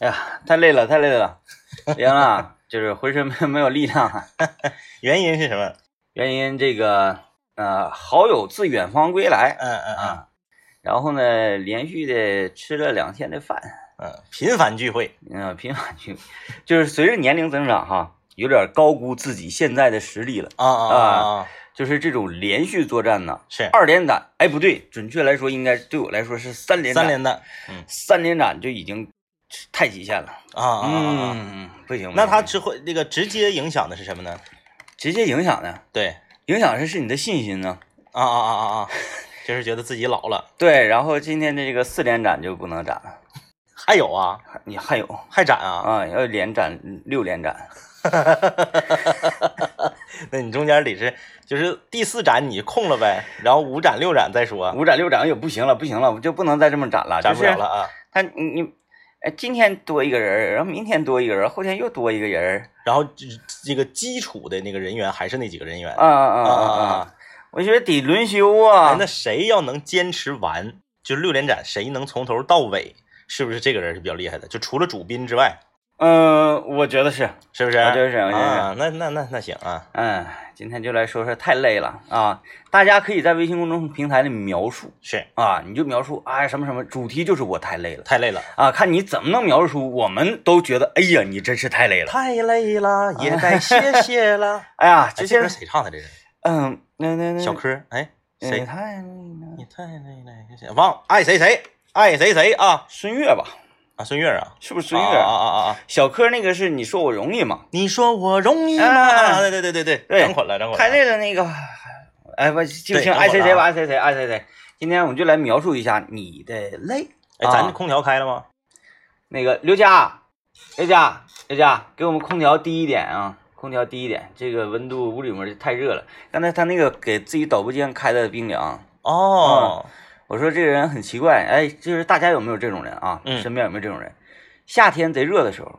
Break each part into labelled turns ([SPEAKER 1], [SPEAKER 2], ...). [SPEAKER 1] 哎呀，太累了，太累了，杨了， 就是浑身没有没有力量了。
[SPEAKER 2] 原因是什么？
[SPEAKER 1] 原因这个，呃，好友自远方归来
[SPEAKER 2] 嗯嗯嗯
[SPEAKER 1] 啊，然后呢，连续的吃了两天的饭，
[SPEAKER 2] 嗯，频繁聚会，
[SPEAKER 1] 嗯、频繁去，就是随着年龄增长哈，有点高估自己现在的实力了。
[SPEAKER 2] 啊啊啊啊！
[SPEAKER 1] 就是这种连续作战呢，
[SPEAKER 2] 是
[SPEAKER 1] 二连斩，哎，不对，准确来说应该对我来说是三连斩，
[SPEAKER 2] 三连的
[SPEAKER 1] 三连斩就已经太极限了。
[SPEAKER 2] 啊啊啊！啊
[SPEAKER 1] 嗯，不行，
[SPEAKER 2] 那它
[SPEAKER 1] 不行
[SPEAKER 2] 只会那个直接影响的是什么呢？
[SPEAKER 1] 直接影响呢？
[SPEAKER 2] 对，
[SPEAKER 1] 影响是是你的信心呢。
[SPEAKER 2] 啊啊啊啊啊，就是觉得自己老了。
[SPEAKER 1] 对，然后今天这个四连斩就不能斩了，
[SPEAKER 2] 还有啊，
[SPEAKER 1] 还你还有
[SPEAKER 2] 还斩啊？
[SPEAKER 1] 啊，要连斩六连斩，
[SPEAKER 2] 那你中间得是就是第四斩你空了呗，然后五斩六斩再说，
[SPEAKER 1] 五斩六斩也不行了，不行了，我就不能再这么斩了，
[SPEAKER 2] 斩不了了
[SPEAKER 1] 就是
[SPEAKER 2] 啊。
[SPEAKER 1] 他你你，哎，今天多一个人儿，然后明天多一个人儿，后天又多一个人儿，
[SPEAKER 2] 然后这这个基础的那个人员还是那几个人员
[SPEAKER 1] 啊啊啊
[SPEAKER 2] 啊
[SPEAKER 1] 啊
[SPEAKER 2] 啊
[SPEAKER 1] 啊！我觉得得轮休
[SPEAKER 2] 哎
[SPEAKER 1] 啊，
[SPEAKER 2] 那谁要能坚持完，就六连斩，谁能从头到尾，是不是这个人是比较厉害的？就除了主宾之外，
[SPEAKER 1] 嗯，我觉得是，
[SPEAKER 2] 是不是？
[SPEAKER 1] 我觉得是我觉得是
[SPEAKER 2] 啊，那那那那行啊，
[SPEAKER 1] 嗯，今天就来说说太累了啊，大家可以在微信公众平台里描述
[SPEAKER 2] 是
[SPEAKER 1] 啊，你就描述哎什么什么，主题就是我太累了。
[SPEAKER 2] 太累了，
[SPEAKER 1] 啊，看你怎么能描述出我们都觉得，哎呀，你真是太累了。
[SPEAKER 2] 太累了，也该歇 歇了。
[SPEAKER 1] 哎呀，
[SPEAKER 2] 哎
[SPEAKER 1] 这
[SPEAKER 2] 这
[SPEAKER 1] 些
[SPEAKER 2] 歌，谁唱的？这是
[SPEAKER 1] 嗯，那那那
[SPEAKER 2] 小柯，哎，
[SPEAKER 1] 谁
[SPEAKER 2] 谁？
[SPEAKER 1] 太累了？
[SPEAKER 2] 你太累了，谁忘了爱谁谁，爱谁谁啊
[SPEAKER 1] 孙悦吧，
[SPEAKER 2] 啊！孙悦啊，
[SPEAKER 1] 是不是孙
[SPEAKER 2] 啊
[SPEAKER 1] 悦？
[SPEAKER 2] 啊啊啊啊！
[SPEAKER 1] 小柯那个是你说我容易吗？
[SPEAKER 2] 你说我容易吗？
[SPEAKER 1] 哎
[SPEAKER 2] 啊，对对对对对，
[SPEAKER 1] 对
[SPEAKER 2] 张捆了，张捆了。
[SPEAKER 1] 太累了那个，哎，我就
[SPEAKER 2] 对
[SPEAKER 1] 行，
[SPEAKER 2] 等
[SPEAKER 1] 爱
[SPEAKER 2] 会儿
[SPEAKER 1] 谁谁
[SPEAKER 2] 啊
[SPEAKER 1] 吧，爱谁谁，爱谁谁。今天我们就来描述一下你的累。
[SPEAKER 2] 哎，咱
[SPEAKER 1] 啊
[SPEAKER 2] 这空调开了吗？
[SPEAKER 1] 那个刘佳，刘佳，刘佳，给我们空调低一点啊，空调低一点，这个温度屋里面太热了。刚才他那个给自己导播间开的冰凉。
[SPEAKER 2] 哦，
[SPEAKER 1] 我说这个人很奇怪，哎，就是大家有没有这种人啊？
[SPEAKER 2] 嗯
[SPEAKER 1] 身边有没有这种人？夏天贼热的时候，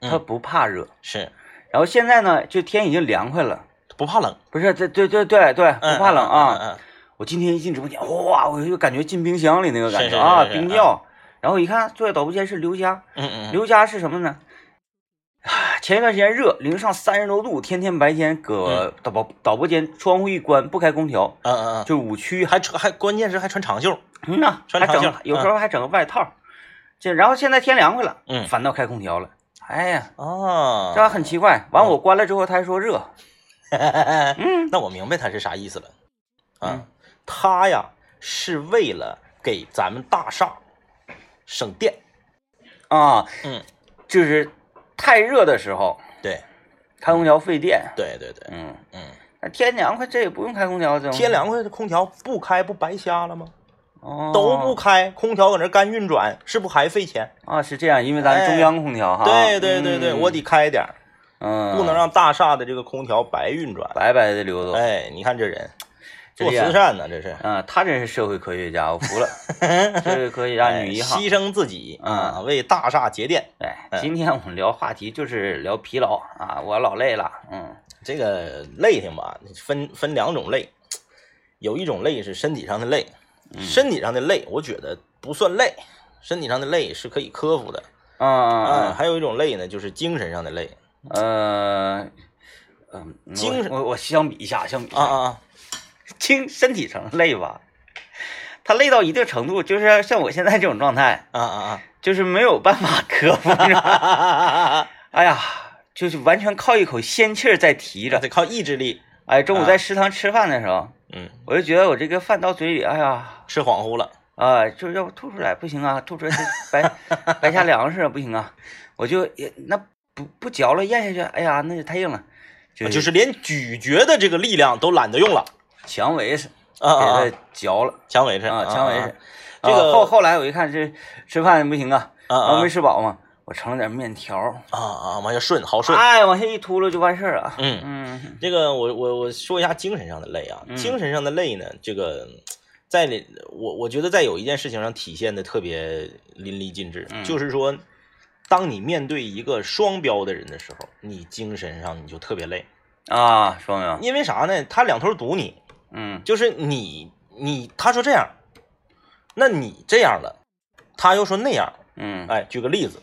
[SPEAKER 2] 嗯
[SPEAKER 1] 他不怕热，
[SPEAKER 2] 是
[SPEAKER 1] 然后现在呢，就天已经凉快了，
[SPEAKER 2] 不怕冷，
[SPEAKER 1] 不是？对对对对对，
[SPEAKER 2] 嗯
[SPEAKER 1] 不怕冷啊！
[SPEAKER 2] 嗯嗯嗯
[SPEAKER 1] 我今天一进直播间，哇，我就感觉进冰箱里那个感觉
[SPEAKER 2] 是是是
[SPEAKER 1] 啊，
[SPEAKER 2] 是
[SPEAKER 1] 冰窖。然后一看，坐在导播间是刘佳，
[SPEAKER 2] 嗯嗯嗯，
[SPEAKER 1] 刘佳是什么呢？唉前一段时间热，零上三十多度，天天白天搁导播导播间窗户一关，不开空调，
[SPEAKER 2] 嗯嗯嗯，
[SPEAKER 1] 就是五区
[SPEAKER 2] 还穿还关键是还穿长袖，
[SPEAKER 1] 嗯呐，
[SPEAKER 2] 穿
[SPEAKER 1] 还
[SPEAKER 2] 长
[SPEAKER 1] 整
[SPEAKER 2] 袖
[SPEAKER 1] 有时候还整个外套，这然后现在天凉快了，
[SPEAKER 2] 嗯
[SPEAKER 1] 反倒开空调了。哎呀，
[SPEAKER 2] 哦，
[SPEAKER 1] 这还很奇怪。
[SPEAKER 2] 嗯
[SPEAKER 1] 完我关了之后，他还说热，嗯，
[SPEAKER 2] 那我明白他是啥意思了，啊
[SPEAKER 1] 嗯，
[SPEAKER 2] 他呀是为了给咱们大厦省电，
[SPEAKER 1] 啊，
[SPEAKER 2] 嗯，
[SPEAKER 1] 就是太热的时候
[SPEAKER 2] 对
[SPEAKER 1] 开空调费电，
[SPEAKER 2] 对对对，
[SPEAKER 1] 嗯，
[SPEAKER 2] 嗯，
[SPEAKER 1] 那天凉快这也不用开空调，这种
[SPEAKER 2] 天凉快，这空调不开不白瞎了吗？
[SPEAKER 1] 哦
[SPEAKER 2] 都不开，空调搁那干运转，是不还费钱？
[SPEAKER 1] 啊，是这样，因为咱
[SPEAKER 2] 哎
[SPEAKER 1] 中央空调哈，
[SPEAKER 2] 对对对对，
[SPEAKER 1] 嗯
[SPEAKER 2] 我得开点儿，
[SPEAKER 1] 嗯，
[SPEAKER 2] 不能让大厦的这个空调白运转。
[SPEAKER 1] 白白的流走。
[SPEAKER 2] 哎，你看这人
[SPEAKER 1] 这
[SPEAKER 2] 做
[SPEAKER 1] 呀
[SPEAKER 2] 慈善呢，这是。
[SPEAKER 1] 嗯，他真是社会科学家，我服 了，社会科学家
[SPEAKER 2] 哎
[SPEAKER 1] 女一号。
[SPEAKER 2] 牺牲自己
[SPEAKER 1] 嗯
[SPEAKER 2] 啊，为大厦节电。
[SPEAKER 1] 哎，
[SPEAKER 2] 嗯
[SPEAKER 1] 今天我们聊话题就是聊疲劳啊，我老累了，嗯
[SPEAKER 2] 这个累挺吧，分分两种累，有一种累是身体上的累，身体上的累我觉得不算累，身体上的累是可以克服的。啊，
[SPEAKER 1] 啊
[SPEAKER 2] 还有一种累呢，就是精神上的累。
[SPEAKER 1] 呃嗯，我
[SPEAKER 2] 精神
[SPEAKER 1] 我我相比一下，相比一下
[SPEAKER 2] 啊啊啊，
[SPEAKER 1] 精身体上累吧，他累到一定程度，就是像我现在这种状态，
[SPEAKER 2] 啊啊
[SPEAKER 1] 就是没有办法克服，你知道吗
[SPEAKER 2] 啊！
[SPEAKER 1] 哎呀，就是完全靠一口仙气儿在提着。
[SPEAKER 2] 得靠意志力。
[SPEAKER 1] 哎，中午
[SPEAKER 2] 啊
[SPEAKER 1] 在食堂吃饭的时候，
[SPEAKER 2] 嗯，
[SPEAKER 1] 我就觉得我这个饭到嘴里，哎呀，
[SPEAKER 2] 吃恍惚了。
[SPEAKER 1] 啊，就是要不吐出来不行啊，吐出来就白白瞎粮食啊，不行啊，我就也那不不嚼了，咽下去，哎呀，那也太硬了，就
[SPEAKER 2] 啊就是连咀嚼的这个力量都懒得用了。
[SPEAKER 1] 强维是
[SPEAKER 2] 啊
[SPEAKER 1] 给
[SPEAKER 2] 啊
[SPEAKER 1] 它
[SPEAKER 2] 啊，
[SPEAKER 1] 嚼了
[SPEAKER 2] 强维是
[SPEAKER 1] 啊，强维是
[SPEAKER 2] 是。。这个
[SPEAKER 1] 啊后后来我一看这吃饭不行啊，
[SPEAKER 2] 啊
[SPEAKER 1] 然后
[SPEAKER 2] 啊
[SPEAKER 1] 没吃饱嘛，我盛了点面条儿，
[SPEAKER 2] 啊啊，往下顺，好顺。
[SPEAKER 1] 哎，往下一秃噜就完事儿了。
[SPEAKER 2] 嗯
[SPEAKER 1] 嗯
[SPEAKER 2] 这个我我我说一下精神上的累啊，
[SPEAKER 1] 嗯
[SPEAKER 2] 精神上的累呢，这个在里我我觉得在有一件事情上体现的特别淋漓尽致，
[SPEAKER 1] 嗯
[SPEAKER 2] 就是说，当你面对一个双标的人的时候，你精神上你就特别累，
[SPEAKER 1] 啊，双明，
[SPEAKER 2] 因为啥呢？他两头堵你，
[SPEAKER 1] 嗯
[SPEAKER 2] 就是你你他说这样，那你这样了，他又说那样，
[SPEAKER 1] 嗯
[SPEAKER 2] 哎，举个例子，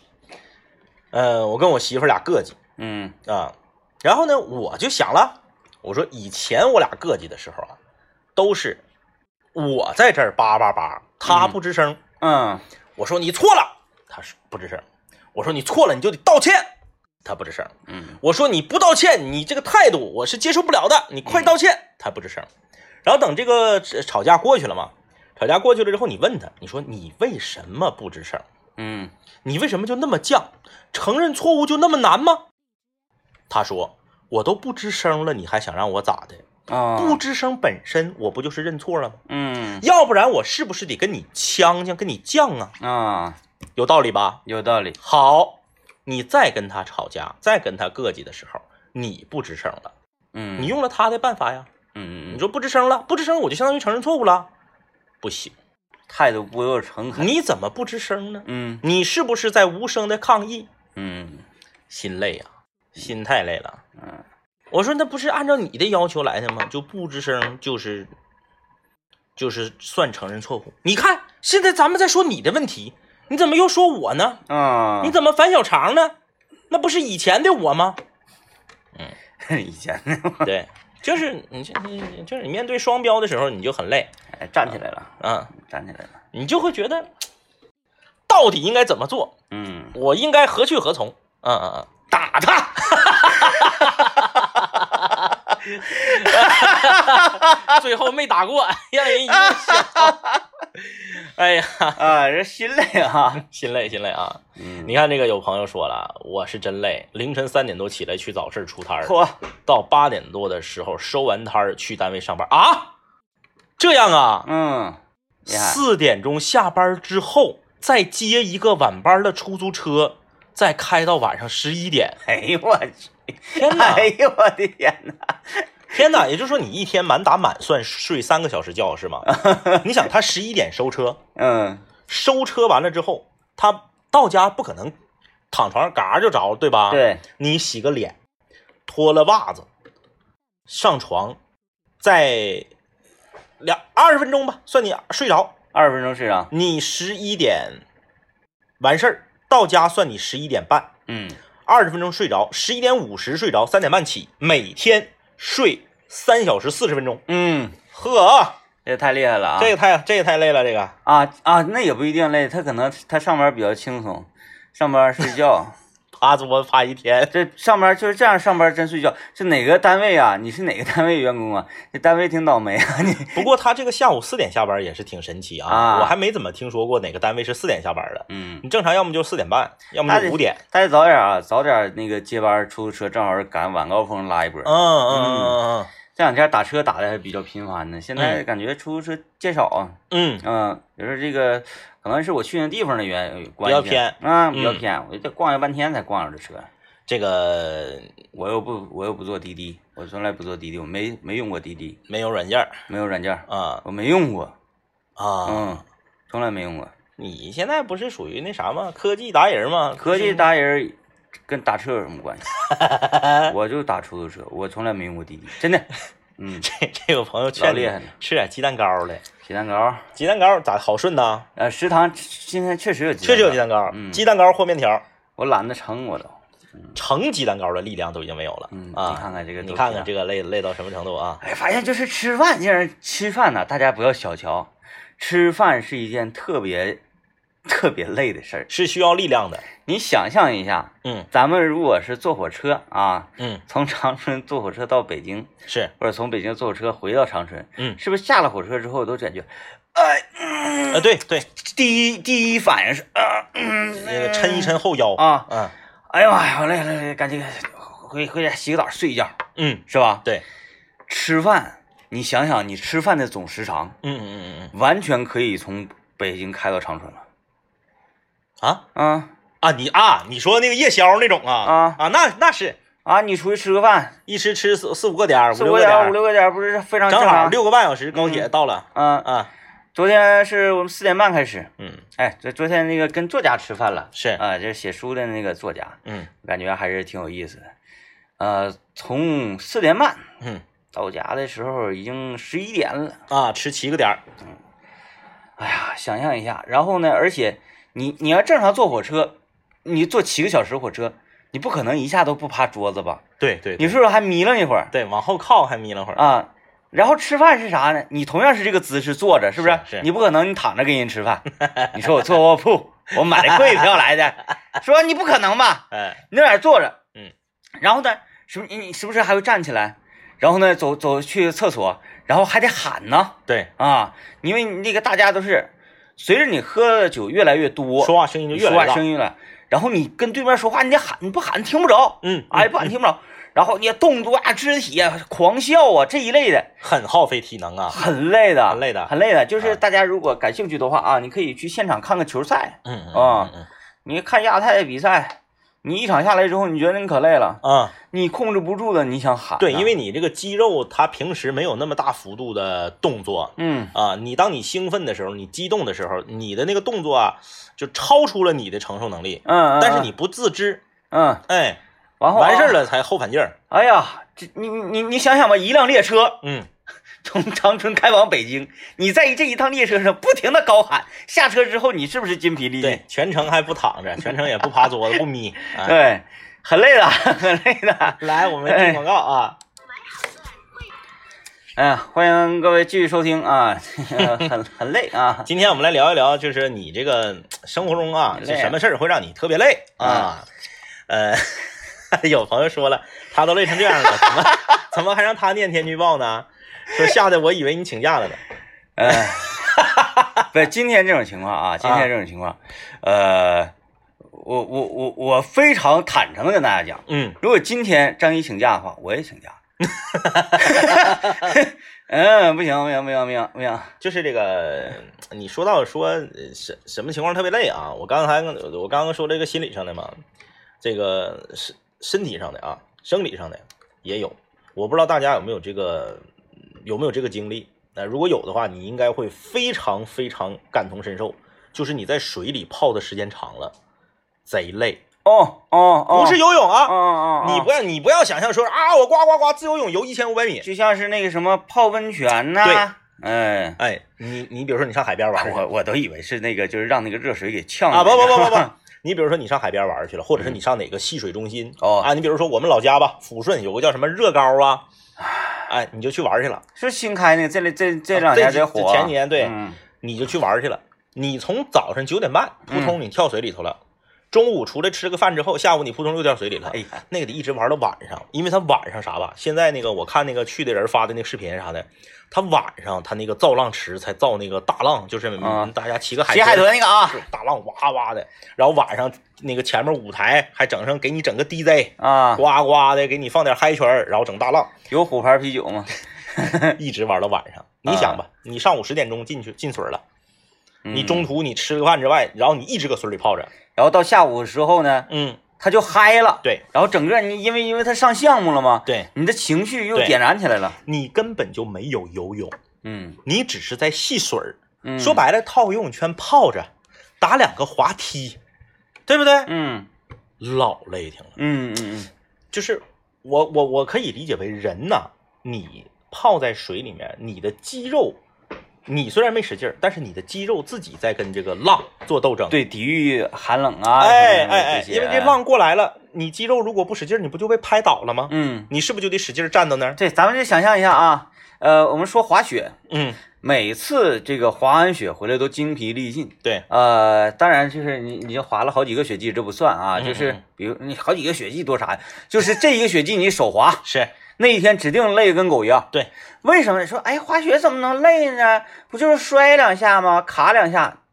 [SPEAKER 2] 呃，我跟我媳妇儿俩膈应
[SPEAKER 1] 嗯
[SPEAKER 2] 啊，然后呢，我就想了，我说以前我俩膈应的时候啊，都是我在这儿叭叭叭，他不吱声。
[SPEAKER 1] 嗯
[SPEAKER 2] 我说你错了，他是不吱声。我说你错了，你就得道歉，他不吱声。
[SPEAKER 1] 嗯
[SPEAKER 2] 我说你不道歉，你这个态度我是接受不了的，你快道歉，他不吱声。然后等这个呃吵架过去了嘛，吵架过去了之后，你问他，你说你为什么不吱声？
[SPEAKER 1] 嗯
[SPEAKER 2] 你为什么就那么犟？承认错误就那么难吗？他说：“我都不吱声了，你还想让我咋的？
[SPEAKER 1] 啊，
[SPEAKER 2] 不吱声本身，我不就是认错了吗？
[SPEAKER 1] 嗯
[SPEAKER 2] 要不然我是不是得跟你呛呛，跟你犟啊？
[SPEAKER 1] 啊，
[SPEAKER 2] 有道理吧？
[SPEAKER 1] 有道理。
[SPEAKER 2] 好，你再跟他吵架，再跟他膈气的时候，你不吱声了，
[SPEAKER 1] 嗯，
[SPEAKER 2] 你用了他的办法呀。
[SPEAKER 1] 嗯嗯
[SPEAKER 2] 你
[SPEAKER 1] 嗯，
[SPEAKER 2] 说不吱声了，不吱声，我就相当于承认错误了，不行，
[SPEAKER 1] 态度不够诚恳。
[SPEAKER 2] 你怎么不吱声呢？
[SPEAKER 1] 嗯
[SPEAKER 2] 你是不是在无声的抗议？
[SPEAKER 1] 嗯
[SPEAKER 2] 心累啊，心太累了。
[SPEAKER 1] 嗯
[SPEAKER 2] 我说那不是按照你的要求来的吗？就不吱声就是就是算承认错误。你看现在咱们在说你的问题，你怎么又说我呢？
[SPEAKER 1] 啊，
[SPEAKER 2] 你怎么反小肠呢？那不是以前的 我吗？
[SPEAKER 1] 以前呢？
[SPEAKER 2] 对，就是你这你就是你面对双标的时候，你就很累
[SPEAKER 1] 哎站起来了，
[SPEAKER 2] 啊，
[SPEAKER 1] 站起来了。
[SPEAKER 2] 你就会觉得到底应该怎么做，
[SPEAKER 1] 嗯，
[SPEAKER 2] 我应该何去何从？嗯嗯嗯，打他！最后没打过， 让人一顿笑。哎呀，
[SPEAKER 1] 啊，人心累啊。
[SPEAKER 2] 心累心累啊！
[SPEAKER 1] 嗯，
[SPEAKER 2] 你看这个有朋友说了，我是真累，凌晨三点多起来去早市出摊儿，
[SPEAKER 1] 嚯，
[SPEAKER 2] 到八点多的时候收完摊儿去单位上班啊。这样啊，
[SPEAKER 1] 嗯，厉害。
[SPEAKER 2] 四点钟下班之后再接一个晚班的出租车，再开到晚上十一点。
[SPEAKER 1] 哎呦我去！
[SPEAKER 2] 天哪！
[SPEAKER 1] 哎呦我的天哪！
[SPEAKER 2] 天哪，也就是说你一天满打满算睡三个小时觉是吗？你想他十一点收车，
[SPEAKER 1] 嗯
[SPEAKER 2] 收车完了之后，他到家不可能躺床上嘎就着，对吧？，
[SPEAKER 1] 对，
[SPEAKER 2] 你洗个脸，脱了袜子，上床，再两二十分钟吧，算你睡着。
[SPEAKER 1] 二十分钟睡着。
[SPEAKER 2] 你十一点完事儿，到家算你十一点半，
[SPEAKER 1] 嗯，
[SPEAKER 2] 二十分钟睡着，十一点五十睡着，三点半起，每天睡三小时四十分钟。
[SPEAKER 1] 嗯，
[SPEAKER 2] 呵，
[SPEAKER 1] 这太厉害了啊！
[SPEAKER 2] 这个太这个太累了，这个
[SPEAKER 1] 啊啊，那也不一定累，他可能他上班比较轻松，上班睡觉，
[SPEAKER 2] 趴桌趴啊一天，
[SPEAKER 1] 这上班就是这样，上班真睡觉。是哪个单位啊？你是哪个单位员工啊？这单位挺倒霉啊， 你
[SPEAKER 2] 不过他这个下午四点下班也是挺神奇啊，
[SPEAKER 1] 啊
[SPEAKER 2] 我还没怎么听说过哪个单位是四点下班的。
[SPEAKER 1] 嗯，
[SPEAKER 2] 你正常要么就四点半，要么就五点。
[SPEAKER 1] 大家早点啊，早点那个接班出租车，正好是赶晚高峰拉一波。
[SPEAKER 2] 嗯嗯嗯
[SPEAKER 1] 这两天打车打的还比较频繁呢，现在感觉出租车见少啊。
[SPEAKER 2] 嗯嗯，
[SPEAKER 1] 嗯，有时候这个可能是我去的地方的原因，
[SPEAKER 2] 较偏
[SPEAKER 1] 啊，比较
[SPEAKER 2] 嗯
[SPEAKER 1] 偏，我就得逛悠半天才逛着这车。
[SPEAKER 2] 这个
[SPEAKER 1] 我又不，我又不坐滴滴，我从来不坐滴滴，我没没用过滴滴，
[SPEAKER 2] 没有软件儿
[SPEAKER 1] 没有软件儿，
[SPEAKER 2] 啊
[SPEAKER 1] 我没用过，
[SPEAKER 2] 啊！
[SPEAKER 1] 嗯，从来没用过。
[SPEAKER 2] 你现在不是属于那啥吗？科技达人吗？
[SPEAKER 1] 科技达人跟打车有什么关系？ 我就打出租车，我从来没用过滴滴，真的。嗯，
[SPEAKER 2] 这这个朋友劝
[SPEAKER 1] 老厉害了
[SPEAKER 2] 你吃点鸡蛋糕嘞，
[SPEAKER 1] 鸡蛋糕，
[SPEAKER 2] 鸡蛋糕咋好顺呢？
[SPEAKER 1] 呃，食堂今天确实有鸡蛋，
[SPEAKER 2] 确实有鸡蛋，糕，
[SPEAKER 1] 嗯
[SPEAKER 2] 鸡蛋糕或面条，
[SPEAKER 1] 我懒得盛我都。
[SPEAKER 2] 盛鸡蛋糕的力量都已经没有了
[SPEAKER 1] 嗯
[SPEAKER 2] 啊！
[SPEAKER 1] 你看看这个
[SPEAKER 2] 你
[SPEAKER 1] 都
[SPEAKER 2] 看
[SPEAKER 1] 这
[SPEAKER 2] 看
[SPEAKER 1] 样
[SPEAKER 2] 这个累累到什么程度啊？
[SPEAKER 1] 哎，发现就是吃饭，这人吃饭呢、大家不要小瞧，吃饭是一件特别特别累的事儿。
[SPEAKER 2] 是需要力量的。
[SPEAKER 1] 你想象一下，
[SPEAKER 2] 嗯
[SPEAKER 1] 咱们如果是坐火车啊，
[SPEAKER 2] 嗯，
[SPEAKER 1] 从长春坐火车到北京，
[SPEAKER 2] 是，
[SPEAKER 1] 或者从北京坐火车回到长春，
[SPEAKER 2] 嗯
[SPEAKER 1] 是不是下了火车之后都感觉，哎，
[SPEAKER 2] 啊，对对，
[SPEAKER 1] 第一第一反应是，啊，嗯，
[SPEAKER 2] 那个抻一抻后腰
[SPEAKER 1] 啊
[SPEAKER 2] 嗯
[SPEAKER 1] 哎呀妈呀，累了累了，赶紧回回家洗个澡睡一觉，
[SPEAKER 2] 嗯，
[SPEAKER 1] 是吧？
[SPEAKER 2] 对，
[SPEAKER 1] 吃饭，你想想你吃饭的总时长，
[SPEAKER 2] 嗯嗯嗯嗯
[SPEAKER 1] 完全可以从北京开到长春了
[SPEAKER 2] 啊
[SPEAKER 1] 啊
[SPEAKER 2] 啊，你啊，你说那个夜宵那种啊
[SPEAKER 1] 啊
[SPEAKER 2] 啊，那那是
[SPEAKER 1] 啊！你出去吃个饭，
[SPEAKER 2] 一吃吃四四五个点儿，
[SPEAKER 1] 四
[SPEAKER 2] 六
[SPEAKER 1] 五
[SPEAKER 2] 个
[SPEAKER 1] 个
[SPEAKER 2] 点
[SPEAKER 1] 点五
[SPEAKER 2] 儿，
[SPEAKER 1] 六个点儿不是非常
[SPEAKER 2] 正好
[SPEAKER 1] 常
[SPEAKER 2] 六个半小时，高铁到了
[SPEAKER 1] 啊。
[SPEAKER 2] 啊，
[SPEAKER 1] 昨天是我们四点半开始，
[SPEAKER 2] 嗯
[SPEAKER 1] 哎，这昨天那个跟作家吃饭了，
[SPEAKER 2] 是，
[SPEAKER 1] 啊，这写书的那个作家，
[SPEAKER 2] 嗯
[SPEAKER 1] 感觉还是挺有意思的。呃，从四点半
[SPEAKER 2] 嗯
[SPEAKER 1] 到家的时候已经十一点了，啊
[SPEAKER 2] 啊，吃七个点儿，
[SPEAKER 1] 哎呀，想象一下，然后呢，而且你你要正常坐火车，你坐七个小时火车，你不可能一下都不趴桌子吧？
[SPEAKER 2] 对对，
[SPEAKER 1] 你是不是还迷楞一会儿
[SPEAKER 2] 对往后靠还眯了会儿，
[SPEAKER 1] 啊？然后吃饭是啥呢？你同样是这个姿势坐着，是不是？
[SPEAKER 2] 是是
[SPEAKER 1] 你不可能你躺着跟人吃饭。 你说我坐卧 铺，我买的贵票来的，说你不可能吧？
[SPEAKER 2] 哎，
[SPEAKER 1] 你在那儿坐着，
[SPEAKER 2] 嗯，
[SPEAKER 1] 然后呢，是不是你你是不是还会站起来？然后呢，走走去厕所，然后还得喊呢
[SPEAKER 2] 对，
[SPEAKER 1] 啊，因为你那个大家都是，随着你喝的酒越来越多，
[SPEAKER 2] 说话声音就
[SPEAKER 1] 你
[SPEAKER 2] 越
[SPEAKER 1] 说
[SPEAKER 2] 来
[SPEAKER 1] 话
[SPEAKER 2] 越大，
[SPEAKER 1] 声音了，然后你跟对面说话，你得喊，你不喊听不着，
[SPEAKER 2] 嗯，
[SPEAKER 1] 哎，不喊听不着，然后你动作啊、肢体啊、狂笑啊这一类的，
[SPEAKER 2] 很耗费体能啊，
[SPEAKER 1] 很累的，
[SPEAKER 2] 很累的
[SPEAKER 1] 很累的。就是
[SPEAKER 2] 啊
[SPEAKER 1] 大家如果感兴趣的话啊，你可以去现场看看球赛，
[SPEAKER 2] 嗯嗯
[SPEAKER 1] 啊
[SPEAKER 2] 嗯
[SPEAKER 1] 你看亚太比赛，你一场下来之后，你觉得你可累了。
[SPEAKER 2] 嗯啊，
[SPEAKER 1] 你控制不住的，你想喊啊。
[SPEAKER 2] 对，因为你这个肌肉它平时没有那么大幅度的动作
[SPEAKER 1] 嗯，
[SPEAKER 2] 啊，你当你兴奋的时候，你激动的时候，你的那个动作啊，就超出了你的承受能力，
[SPEAKER 1] 嗯嗯，
[SPEAKER 2] 但是你不自知，
[SPEAKER 1] 嗯，
[SPEAKER 2] 哎，
[SPEAKER 1] 完后
[SPEAKER 2] 完事儿
[SPEAKER 1] 了。
[SPEAKER 2] 了才后反劲儿，
[SPEAKER 1] 哎呀，这你你你你想想吧，一辆列车
[SPEAKER 2] 嗯，
[SPEAKER 1] 从长春开往北京，你在这一趟列车上不停的高喊，下车之后你是不是筋疲力尽
[SPEAKER 2] 对？，全程还不躺着，全程也不趴桌子，不 眯，
[SPEAKER 1] 对
[SPEAKER 2] 哎，
[SPEAKER 1] 很累的， 很累的。
[SPEAKER 2] 来，我们听广告啊，
[SPEAKER 1] 哎呀，欢迎各位继续收听啊， 很很累啊。
[SPEAKER 2] 今天我们来聊一聊，就是你这个生活中啊，
[SPEAKER 1] 累
[SPEAKER 2] 是
[SPEAKER 1] 啊
[SPEAKER 2] 什么事儿会让你特别累啊？呃， 有朋友说了，他都累成这样了，怎么 怎么还让他念天气预报呢？说吓得我以为你请假了呢。
[SPEAKER 1] 呃，不，今天这种情况啊，今天这种情况，呃，我我我我非常坦诚的跟大家讲。
[SPEAKER 2] 嗯，
[SPEAKER 1] 如果今天张一请假的话，我也 请假。嗯，不行，不行，不行，不行，不行。
[SPEAKER 2] 就是这个，你说到说呃什什么情况特别累啊？我刚才我刚刚说这个心理上的嘛，这个身身体上的啊，生理上的也有。我不知道大家有没有这个有没有这个经历？那、如果有的话，你应该会非常非常感同身受，就是你在水里泡的时间长了，贼累，
[SPEAKER 1] 哦哦哦，
[SPEAKER 2] 不是
[SPEAKER 1] 有
[SPEAKER 2] 游泳
[SPEAKER 1] 哦
[SPEAKER 2] 啊，
[SPEAKER 1] 哦，
[SPEAKER 2] 你不要你不要想象说啊，我呱呱呱自由泳游一千五百米，
[SPEAKER 1] 就像是那个什么泡温泉呐、哎，
[SPEAKER 2] 哎，你你比如说你上海边玩 去，
[SPEAKER 1] 我我都以为是那个，就是让那个热水给呛
[SPEAKER 2] 啊，不不不不
[SPEAKER 1] 不，
[SPEAKER 2] 不，你比如说你上海边玩儿去了，或者是你上哪个戏水中心
[SPEAKER 1] 嗯哦
[SPEAKER 2] 啊，你比如说我们老家吧，抚顺有个叫什么热高啊，哎，你就去玩儿去了，
[SPEAKER 1] 是新开那个，这里这这两
[SPEAKER 2] 啊
[SPEAKER 1] 年
[SPEAKER 2] 这
[SPEAKER 1] 才火、
[SPEAKER 2] 这前几年对
[SPEAKER 1] 嗯
[SPEAKER 2] 你就去玩儿去了。你从早上九点半
[SPEAKER 1] 嗯
[SPEAKER 2] 扑通你跳水里头了，中午出来吃个饭之后，下午你扑通又掉水里了，
[SPEAKER 1] 哎呀，
[SPEAKER 2] 那个得一直玩到晚上，因为他晚上啥吧，现在那个我看那个去的人发的那个视频啥的，他晚上他那个造浪池才造那个大浪，就是嗯
[SPEAKER 1] 啊
[SPEAKER 2] 大家骑个海
[SPEAKER 1] 骑海
[SPEAKER 2] 豚
[SPEAKER 1] 豚那个啊
[SPEAKER 2] 是大浪哇哇的，然后晚上那个前面舞台还整上给你整个 DJ，
[SPEAKER 1] 啊，
[SPEAKER 2] 呱呱的给你放点嗨曲儿，然后整大浪，
[SPEAKER 1] 有虎牌啤酒吗？嗯
[SPEAKER 2] 一直玩到晚
[SPEAKER 1] 啊
[SPEAKER 2] 上。你想吧，你上午十点钟进去进水了，
[SPEAKER 1] 嗯
[SPEAKER 2] 你中途你吃个饭之外，然后你一直搁水里泡着，
[SPEAKER 1] 然后到下午的时候呢，
[SPEAKER 2] 嗯，
[SPEAKER 1] 他就嗨了，
[SPEAKER 2] 对
[SPEAKER 1] 然后整个你因为因为他上项目了嘛，
[SPEAKER 2] 对，
[SPEAKER 1] 你的情绪又
[SPEAKER 2] 对
[SPEAKER 1] 点燃起来了。
[SPEAKER 2] 你根本就没有游泳，
[SPEAKER 1] 嗯，
[SPEAKER 2] 你只是在戏水儿，
[SPEAKER 1] 嗯
[SPEAKER 2] 说，白了套个游泳圈泡着，打两个滑梯，对不对？
[SPEAKER 1] 嗯
[SPEAKER 2] 老累挺了。
[SPEAKER 1] 嗯嗯嗯
[SPEAKER 2] 就是我我我可以理解为人呐、你泡在水里面，你的肌肉，你虽然没使劲儿，但是你的肌肉自己在跟这个浪做斗争。
[SPEAKER 1] 嗯，，对，抵御寒冷啊，
[SPEAKER 2] 哎
[SPEAKER 1] 什么的
[SPEAKER 2] 哎哎，
[SPEAKER 1] 些啊
[SPEAKER 2] 因为这，浪过来了，你肌肉如果不使劲儿，你不就被拍倒了吗？
[SPEAKER 1] 嗯，
[SPEAKER 2] 你是不是就得使劲儿站到那儿？
[SPEAKER 1] 对，咱们就想象一下啊，呃，我们说滑雪，
[SPEAKER 2] 嗯，
[SPEAKER 1] 每次这个滑完雪回来都精疲力尽。
[SPEAKER 2] 对，
[SPEAKER 1] 呃，当然就是你，你就滑了好几个雪季，这不算啊。
[SPEAKER 2] 嗯
[SPEAKER 1] 就是
[SPEAKER 2] 嗯
[SPEAKER 1] 比如你好几个雪季多啥呀？就是这一个雪季你手滑，
[SPEAKER 2] 是
[SPEAKER 1] 那一天指定累得跟狗一样。
[SPEAKER 2] 对，
[SPEAKER 1] 为什么说哎滑雪怎么能累呢？不就是摔两下吗？卡两下，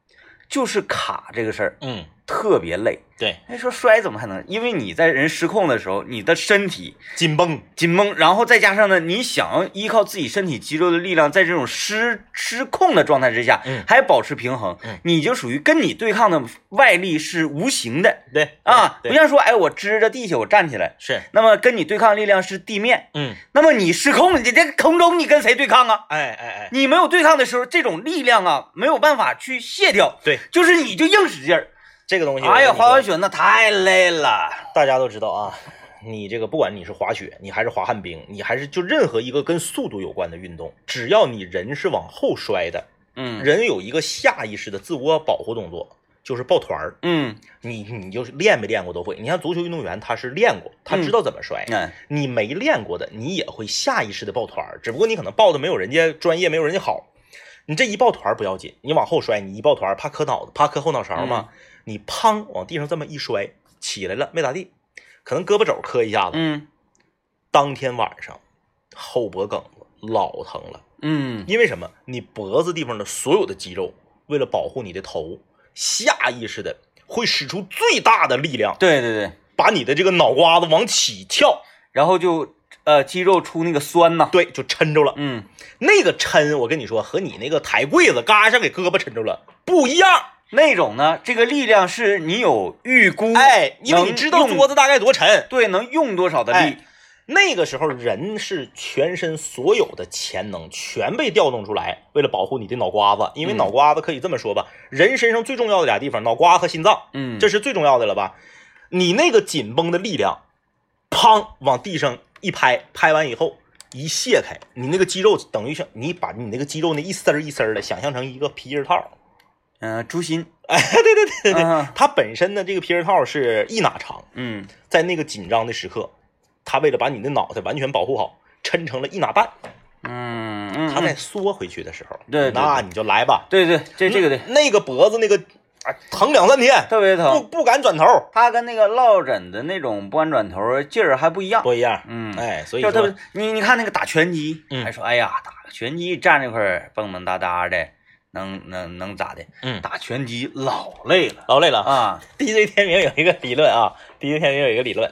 [SPEAKER 1] 就是卡这个事儿
[SPEAKER 2] 嗯，
[SPEAKER 1] 特别累。
[SPEAKER 2] 对，
[SPEAKER 1] 人说摔怎么还能？因为你在人失控的时候，你的身体
[SPEAKER 2] 紧绷，
[SPEAKER 1] 紧绷，然后再加上呢，你想要依靠自己身体肌肉的力量，在这种失失控的状态之下，
[SPEAKER 2] 嗯
[SPEAKER 1] 还保持平衡，
[SPEAKER 2] 嗯
[SPEAKER 1] 你就属于跟你对抗的外力是无形的
[SPEAKER 2] 对
[SPEAKER 1] 啊，不
[SPEAKER 2] 对，
[SPEAKER 1] 像说哎我支着地下我站起来，
[SPEAKER 2] 是，
[SPEAKER 1] 那么跟你对抗力量是地面，
[SPEAKER 2] 嗯，
[SPEAKER 1] 那么你失控，你在空中你跟谁对抗啊？
[SPEAKER 2] 哎哎哎，
[SPEAKER 1] 你没有对抗的时候，这种力量啊，没有办法去卸掉，
[SPEAKER 2] 对，
[SPEAKER 1] 就是你就硬使劲儿。
[SPEAKER 2] 这个东西，
[SPEAKER 1] 哎呀，滑
[SPEAKER 2] 雪。
[SPEAKER 1] 完雪那太累了。
[SPEAKER 2] 大家都知道啊，你这个不管你是滑雪，你还是滑旱冰，你还是就任何一个跟速度有关的运动，只要你人是往后摔的，
[SPEAKER 1] 嗯
[SPEAKER 2] 人有一个下意识的自我保护动作，就是抱团儿，
[SPEAKER 1] 嗯，
[SPEAKER 2] 你你就是练没练过都会。你像足球运动员，他是练过，他知道怎么摔。
[SPEAKER 1] 哎，
[SPEAKER 2] 你没练过的，你也会下意识的抱团儿，只不过你可能抱的没有人家专业，没有人家好。你这一抱团儿不要紧，你往后摔，你一抱团儿怕磕脑子，怕磕后脑勺嘛。你砰往地上这么一摔，起来了没咋地，可能胳膊肘磕一下子，
[SPEAKER 1] 嗯
[SPEAKER 2] 当天晚上后脖梗子老疼了。
[SPEAKER 1] 嗯
[SPEAKER 2] 因为什么？你脖子地方的所有的肌肉，为了保护你的头，下意识的会使出最大的力量，
[SPEAKER 1] 对对对，
[SPEAKER 2] 把你的这个脑瓜子往起翘，
[SPEAKER 1] 然后就呃肌肉出那个酸呐，
[SPEAKER 2] 对，就抻着了。
[SPEAKER 1] 嗯，
[SPEAKER 2] 那个抻，我跟你说，和你那个抬柜子嘎一下给胳膊抻着了不一样。
[SPEAKER 1] 那种呢，这个力量是你有预估，
[SPEAKER 2] 哎，因为你
[SPEAKER 1] 能
[SPEAKER 2] 知道
[SPEAKER 1] 用
[SPEAKER 2] 桌子大概多沉，
[SPEAKER 1] 对，能用多少的力
[SPEAKER 2] 哎，那个时候人是全身所有的潜能全被调动出来，为了保护你的脑瓜子，因为
[SPEAKER 1] 嗯
[SPEAKER 2] 脑瓜子可以这么说吧，人身上最重要的俩地方，脑瓜和心脏。
[SPEAKER 1] 嗯，
[SPEAKER 2] 这是最重要的了吧？你那个紧绷的力量，砰往地上一拍，拍完以后一卸开，你那个肌肉等于像你把你那个肌肉那一丝儿一丝儿的想象成一个皮筋儿套，
[SPEAKER 1] 嗯、猪心，
[SPEAKER 2] 哎， 对对对对对，
[SPEAKER 1] 啊
[SPEAKER 2] 它本身的这个皮筋儿套是一哪长，
[SPEAKER 1] 嗯
[SPEAKER 2] 在那个紧张的时刻，它为了把你的脑袋完全保护好，抻成了一哪半，
[SPEAKER 1] 嗯嗯，
[SPEAKER 2] 它
[SPEAKER 1] 嗯
[SPEAKER 2] 再缩回去的时候，
[SPEAKER 1] 对对对
[SPEAKER 2] 那你就来吧，嗯
[SPEAKER 1] 对对，这这个对，
[SPEAKER 2] 那个脖子那个啊疼两三天，
[SPEAKER 1] 特别
[SPEAKER 2] 不
[SPEAKER 1] 疼，
[SPEAKER 2] 不敢转头，
[SPEAKER 1] 它跟那个落枕的那种不敢转头劲儿还不一样，
[SPEAKER 2] 不一样，
[SPEAKER 1] 嗯，
[SPEAKER 2] 哎，所以
[SPEAKER 1] 就
[SPEAKER 2] 说
[SPEAKER 1] 特别你你看那个打拳击，
[SPEAKER 2] 嗯
[SPEAKER 1] 还说哎呀打个拳击站那块儿蹦蹦哒哒的，能能能咋的？
[SPEAKER 2] 嗯
[SPEAKER 1] 打拳击老累了
[SPEAKER 2] 劳累了。
[SPEAKER 1] 啊，
[SPEAKER 2] DJ 天明有一个理论啊，DJ 天明有一个理论，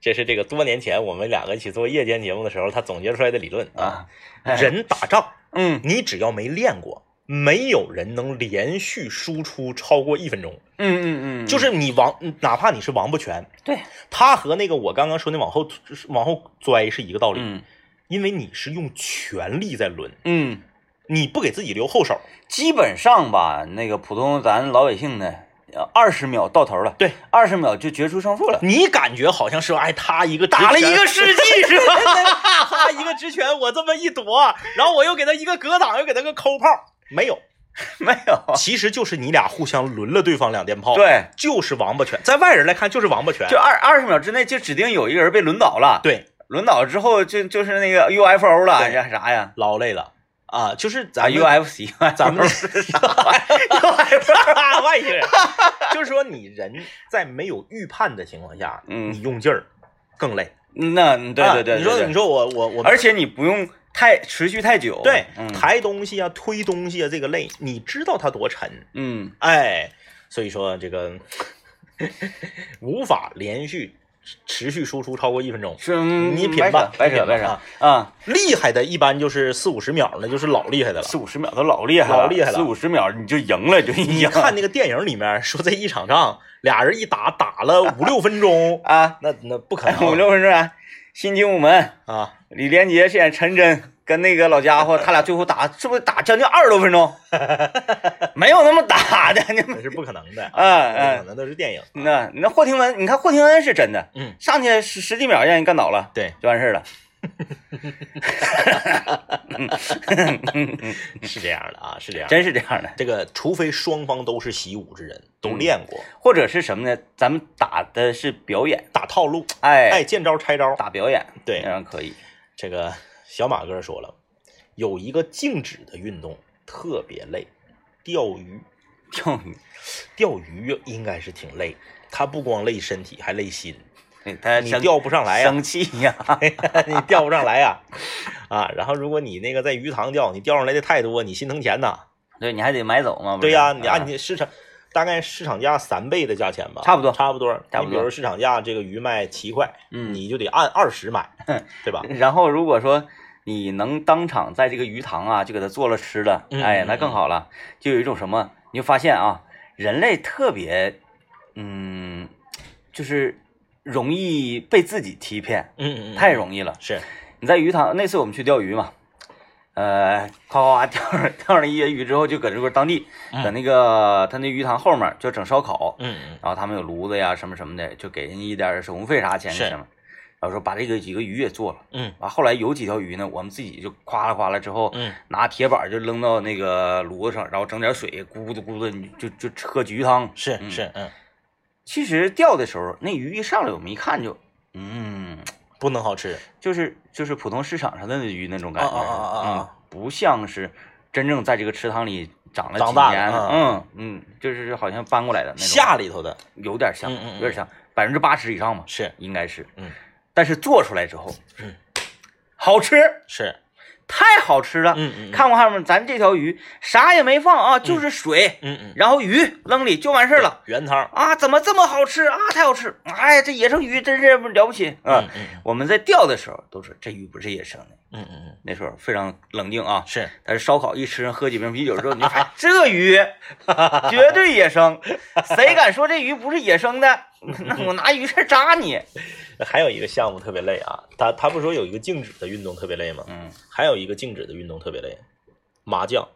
[SPEAKER 2] 这是这个多年前我们两个一起做夜间节目的时候，他总结出来的理论
[SPEAKER 1] 啊。哎
[SPEAKER 2] 人打仗，
[SPEAKER 1] 嗯
[SPEAKER 2] 你只要没练过，没有人能连续输出超过一分钟。
[SPEAKER 1] 嗯嗯嗯，
[SPEAKER 2] 就是你王，哪怕你是王八拳，
[SPEAKER 1] 对，
[SPEAKER 2] 他和那个我刚刚说那往后往后拽是一个道理，
[SPEAKER 1] 嗯
[SPEAKER 2] 因为你是用全力在抡，
[SPEAKER 1] 嗯，
[SPEAKER 2] 你不给自己留后手。
[SPEAKER 1] 基本上吧，那个普通咱老百姓的，二十秒到头了，
[SPEAKER 2] 对，
[SPEAKER 1] 二十秒就决出胜负了。
[SPEAKER 2] 你感觉好像是哎，他一个直拳
[SPEAKER 1] 世纪是吧？
[SPEAKER 2] 他一个直拳，我这么一躲，然后我又给他一个格挡，又给他个抠炮，没有，
[SPEAKER 1] 没 有，
[SPEAKER 2] 其实就是你俩互相抡了对方两电炮，，
[SPEAKER 1] 对，
[SPEAKER 2] 就是王八拳，在外人来看就是王八拳，
[SPEAKER 1] 就二二十秒之内就指定有一个人被轮倒了，，
[SPEAKER 2] 对，
[SPEAKER 1] 轮倒之后就就是那个 UFO 了，
[SPEAKER 2] 对
[SPEAKER 1] 啥啥呀？
[SPEAKER 2] 劳累了啊，就是
[SPEAKER 1] 啊
[SPEAKER 2] 咱们、
[SPEAKER 1] ，UFC，
[SPEAKER 2] 咱们 啊外星人，就是说你人在没有预判的情况下，
[SPEAKER 1] 嗯
[SPEAKER 2] 你用劲儿更累，
[SPEAKER 1] 那对
[SPEAKER 2] 啊
[SPEAKER 1] 对对，
[SPEAKER 2] 你说你
[SPEAKER 1] 说，
[SPEAKER 2] 说我我我们
[SPEAKER 1] 而且你不用太持续太久，
[SPEAKER 2] 对
[SPEAKER 1] 嗯
[SPEAKER 2] 抬东西啊推东西啊这个累，你知道它多沉，
[SPEAKER 1] 嗯
[SPEAKER 2] 哎，所以说这个无法连续持续输出超过一分钟。
[SPEAKER 1] 是嗯
[SPEAKER 2] 你品吧
[SPEAKER 1] 白
[SPEAKER 2] 你品
[SPEAKER 1] 扯
[SPEAKER 2] 吧
[SPEAKER 1] 白扯
[SPEAKER 2] 啊
[SPEAKER 1] 啊，
[SPEAKER 2] 厉害的，一般就是四五十秒那就是老厉害的了。
[SPEAKER 1] 四五十秒都老厉害了，
[SPEAKER 2] 老厉害了
[SPEAKER 1] 四五十秒你就赢了，就已
[SPEAKER 2] 你
[SPEAKER 1] 经，
[SPEAKER 2] 看那个电影里面说这一场仗俩人一打打了五六分钟
[SPEAKER 1] 啊，
[SPEAKER 2] 那那不可
[SPEAKER 1] 五
[SPEAKER 2] 能
[SPEAKER 1] 六分钟啊，新精武门，
[SPEAKER 2] 啊！
[SPEAKER 1] 李连杰饰演陈真，跟那个老家伙，他俩最后打是不是打将近二十多分 钟？没有那么打的，你
[SPEAKER 2] 那
[SPEAKER 1] 们
[SPEAKER 2] 是不可能 的，
[SPEAKER 1] 啊
[SPEAKER 2] 那不可
[SPEAKER 1] 啊！
[SPEAKER 2] 能都是电影。
[SPEAKER 1] 那那霍廷文，你看霍廷恩是真的，
[SPEAKER 2] 嗯，
[SPEAKER 1] 上去十十几秒让人干倒了
[SPEAKER 2] 对，
[SPEAKER 1] 就完事儿了。
[SPEAKER 2] 是这样的啊，是这样的。
[SPEAKER 1] 真是这样的。
[SPEAKER 2] 这个，除非双方都是习武之人，都练过，
[SPEAKER 1] 或者是什么呢？咱们打的是表演，
[SPEAKER 2] 打套路，
[SPEAKER 1] 哎，
[SPEAKER 2] 哎，见招拆招。
[SPEAKER 1] 打表演，
[SPEAKER 2] 对
[SPEAKER 1] 那样可以。
[SPEAKER 2] 这个小马哥说了，有一个静止的运动特别累，钓鱼。
[SPEAKER 1] 钓鱼，
[SPEAKER 2] 钓鱼应该是挺累，它不光累身体，还累心。
[SPEAKER 1] 对他
[SPEAKER 2] 你
[SPEAKER 1] 哎生
[SPEAKER 2] 钓不上来呀、
[SPEAKER 1] 生气呀、
[SPEAKER 2] 你钓不上来呀、啊，然后如果你那个在鱼塘钓，你钓上来的太多，你心疼钱呐。
[SPEAKER 1] 对，你还得买走嘛。不是
[SPEAKER 2] 对呀、你按
[SPEAKER 1] 啊
[SPEAKER 2] 你市场。大概市场价三倍的价钱吧，
[SPEAKER 1] 差不多
[SPEAKER 2] 差不多。
[SPEAKER 1] 差不多
[SPEAKER 2] 你比如市场价这个鱼卖七块，
[SPEAKER 1] 嗯
[SPEAKER 2] 你就得按二十买，对吧？
[SPEAKER 1] 然后如果说你能当场在这个鱼塘啊，就给它做了吃了，
[SPEAKER 2] 嗯
[SPEAKER 1] 哎，
[SPEAKER 2] 嗯
[SPEAKER 1] 那更好了。就有一种什么，你就发现啊，人类特别，嗯，就是容易被自己欺骗，
[SPEAKER 2] 嗯嗯，嗯
[SPEAKER 1] 太容易了。
[SPEAKER 2] 是，
[SPEAKER 1] 你在鱼塘那次我们去钓鱼嘛，呃，夸夸夸钓上钓上一些鱼之后，就搁这块儿当地，
[SPEAKER 2] 嗯
[SPEAKER 1] 搁那个他那鱼塘后面儿就整烧烤，
[SPEAKER 2] 嗯嗯，
[SPEAKER 1] 然后他们有炉子呀什么什么的，就给人一点儿手工费啥钱
[SPEAKER 2] 是
[SPEAKER 1] 什么。然后说把这个几个鱼也做了，
[SPEAKER 2] 嗯
[SPEAKER 1] 完后来有几条鱼呢，我们自己就夸啦夸啦之后，
[SPEAKER 2] 嗯
[SPEAKER 1] 拿铁板就扔到那个炉子上，然后整点水，咕嘟咕嘟，你就就就喝鱼汤。
[SPEAKER 2] 是
[SPEAKER 1] 嗯
[SPEAKER 2] 是嗯，
[SPEAKER 1] 其实钓的时候，那鱼一上来，我们一看就，嗯，
[SPEAKER 2] 不能好吃，
[SPEAKER 1] 就是就是普通市场上的鱼那种感觉，
[SPEAKER 2] 啊啊啊啊啊
[SPEAKER 1] 嗯，不像是真正在这个池塘里长了
[SPEAKER 2] 长
[SPEAKER 1] 几
[SPEAKER 2] 大
[SPEAKER 1] 年，
[SPEAKER 2] 的
[SPEAKER 1] 嗯嗯，就是好像搬过来的那种，
[SPEAKER 2] 下里头的
[SPEAKER 1] 有点像，
[SPEAKER 2] 嗯嗯嗯
[SPEAKER 1] 有点像，百分之八十以上吧，
[SPEAKER 2] 是
[SPEAKER 1] 应该是，
[SPEAKER 2] 嗯，
[SPEAKER 1] 但是做出来之后，
[SPEAKER 2] 嗯，
[SPEAKER 1] 好吃，
[SPEAKER 2] 是，
[SPEAKER 1] 太好吃了，
[SPEAKER 2] 嗯嗯嗯
[SPEAKER 1] 啊看不看没？咱这条鱼啥也没放啊，就是水，
[SPEAKER 2] 嗯嗯，
[SPEAKER 1] 然后鱼扔里就完事儿了。
[SPEAKER 2] 原汤，
[SPEAKER 1] 啊，怎么这么好吃啊？太好吃！哎呀，这野生鱼真是了不起啊！
[SPEAKER 2] 嗯嗯
[SPEAKER 1] 我们在钓的时候都说这鱼不是野生的，
[SPEAKER 2] 嗯嗯嗯，
[SPEAKER 1] 那时候非常冷静啊。
[SPEAKER 2] 是
[SPEAKER 1] 但是烧烤一吃，喝几瓶啤酒之后，你就发现这 鱼绝对野生，谁敢说这鱼不是野生的，那我拿鱼刺扎你。
[SPEAKER 2] 还有一个项目特别累啊，他他不是说有一个静止的运动特别累吗？
[SPEAKER 1] 嗯，
[SPEAKER 2] 还有一个静止的运动特别累，麻将，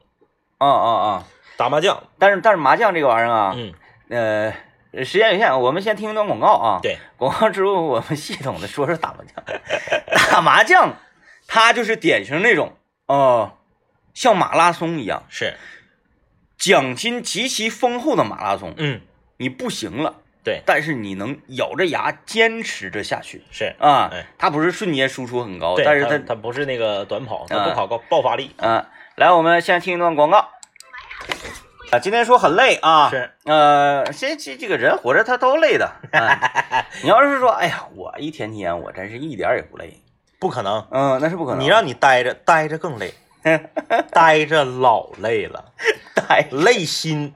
[SPEAKER 1] 啊啊啊！
[SPEAKER 2] 打麻将，
[SPEAKER 1] 但是但是麻将这个玩意儿啊，
[SPEAKER 2] 嗯，
[SPEAKER 1] 呃，时间有限，我们先听一段广告啊。
[SPEAKER 2] 对，
[SPEAKER 1] 广告之后，我们系统的说说打麻将。打麻将，它就是典型那种，呃，像马拉松一样，
[SPEAKER 2] 是，
[SPEAKER 1] 奖金极其丰厚的马拉松。
[SPEAKER 2] 嗯，
[SPEAKER 1] 你不行了，
[SPEAKER 2] 对，
[SPEAKER 1] 但是你能咬着牙坚持着下去
[SPEAKER 2] 是，
[SPEAKER 1] 啊
[SPEAKER 2] 哎！
[SPEAKER 1] 它不是瞬间输出很高，
[SPEAKER 2] 对，
[SPEAKER 1] 哦但是
[SPEAKER 2] 他
[SPEAKER 1] 它，
[SPEAKER 2] 他不是那个短跑，他
[SPEAKER 1] 啊
[SPEAKER 2] 不跑高爆发力，
[SPEAKER 1] 嗯、来，我们先听一段广告。啊，今天说很累啊，
[SPEAKER 2] 是，
[SPEAKER 1] 呃，这这这个人活着他都累的。 哎你要是说，哎呀，我一天天我真是一点儿也不累，
[SPEAKER 2] 不可能，
[SPEAKER 1] 嗯，那是不可能。
[SPEAKER 2] 你让你待着，待 着更累，待着老累了，
[SPEAKER 1] 呆，
[SPEAKER 2] 累心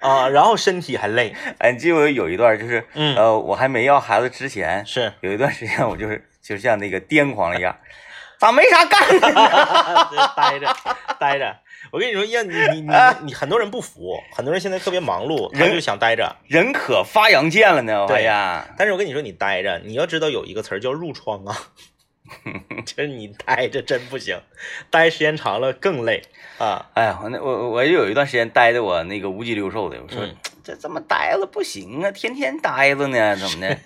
[SPEAKER 2] 啊，然后身体还累，
[SPEAKER 1] 哎，你记不？有一段就是，
[SPEAKER 2] 嗯
[SPEAKER 1] 呃，我还没要孩子之前，
[SPEAKER 2] 是，
[SPEAKER 1] 有一段时间我就是就像那个癫狂一样，咋没啥干的呢？
[SPEAKER 2] 啊待着，待着。我跟你说，燕，你你你你很多人不服，很多人现在特别忙碌，他
[SPEAKER 1] 人
[SPEAKER 2] 就想待着。
[SPEAKER 1] 人可发扬剑了呢，
[SPEAKER 2] 对
[SPEAKER 1] 哎呀，
[SPEAKER 2] 但是我跟你说，你待着，你要知道有一个词儿叫褥疮啊， 就是你待着真不行，待时间长了更累啊。
[SPEAKER 1] 哎呀，我那我我就有一段时间待的我那个五脊六兽的，我说、
[SPEAKER 2] 嗯
[SPEAKER 1] 这这么呆着不行啊，天天呆着 呢，怎么的？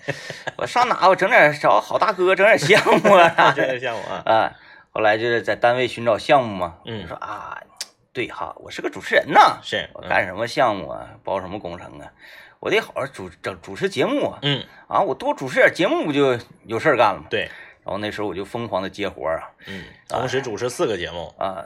[SPEAKER 1] 我上哪我整点找好大哥整点项目啊 啥
[SPEAKER 2] 这
[SPEAKER 1] 的
[SPEAKER 2] 个项目啊，
[SPEAKER 1] 啊。后来就是在单位寻找项目嘛，
[SPEAKER 2] 嗯
[SPEAKER 1] 我说啊，对哈，我是个主持人呐，
[SPEAKER 2] 是，
[SPEAKER 1] 我
[SPEAKER 2] 嗯
[SPEAKER 1] 干什么项目啊，包什么工程啊，我得好好主整主持节目啊，
[SPEAKER 2] 嗯，
[SPEAKER 1] 啊，我多主持点节目不就有事儿干了吗？
[SPEAKER 2] 对，
[SPEAKER 1] 然后那时候我就疯狂的接活儿啊
[SPEAKER 2] 嗯，同时主持四个节目，
[SPEAKER 1] 啊，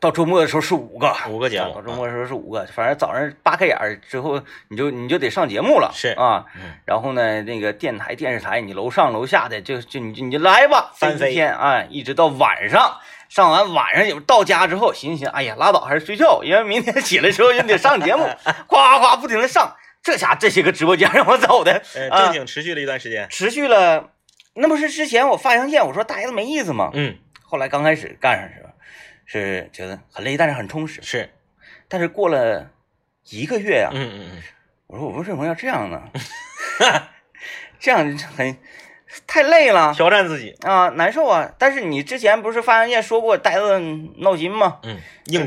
[SPEAKER 1] 到周末的时候是五个，
[SPEAKER 2] 五个节目 啊
[SPEAKER 1] 到周末的时候是五个，反正早上扒开眼儿之后，你就你就得上节目了，
[SPEAKER 2] 是
[SPEAKER 1] 啊，
[SPEAKER 2] 嗯
[SPEAKER 1] 然后呢，那个电台、电视台，你楼上楼下的，就就你就你就来吧，
[SPEAKER 2] 翻
[SPEAKER 1] 这
[SPEAKER 2] 飞
[SPEAKER 1] 一天啊，一直到晚上，上完晚上有到家之后，寻思寻，哎呀，拉倒，还是睡觉，因为明天起来之后就得上 节目，夸夸夸不停的上，这下这些个直播间让我走的，
[SPEAKER 2] 呃，
[SPEAKER 1] 啊
[SPEAKER 2] 正经持续了一段时间，
[SPEAKER 1] 持续了，那不是之前我发扬线，我说待着没意思吗？
[SPEAKER 2] 嗯，
[SPEAKER 1] 后来刚开始干上时候，是觉得很累，但是很充实。
[SPEAKER 2] 是，
[SPEAKER 1] 但是过了一个月呀、啊
[SPEAKER 2] 嗯嗯嗯，
[SPEAKER 1] 我说我为什么要这样呢？ 这样很太累了
[SPEAKER 2] 挑战自己，
[SPEAKER 1] 啊，难受啊！但是你之前不是发扬线说过呆子闹心吗？
[SPEAKER 2] 嗯，硬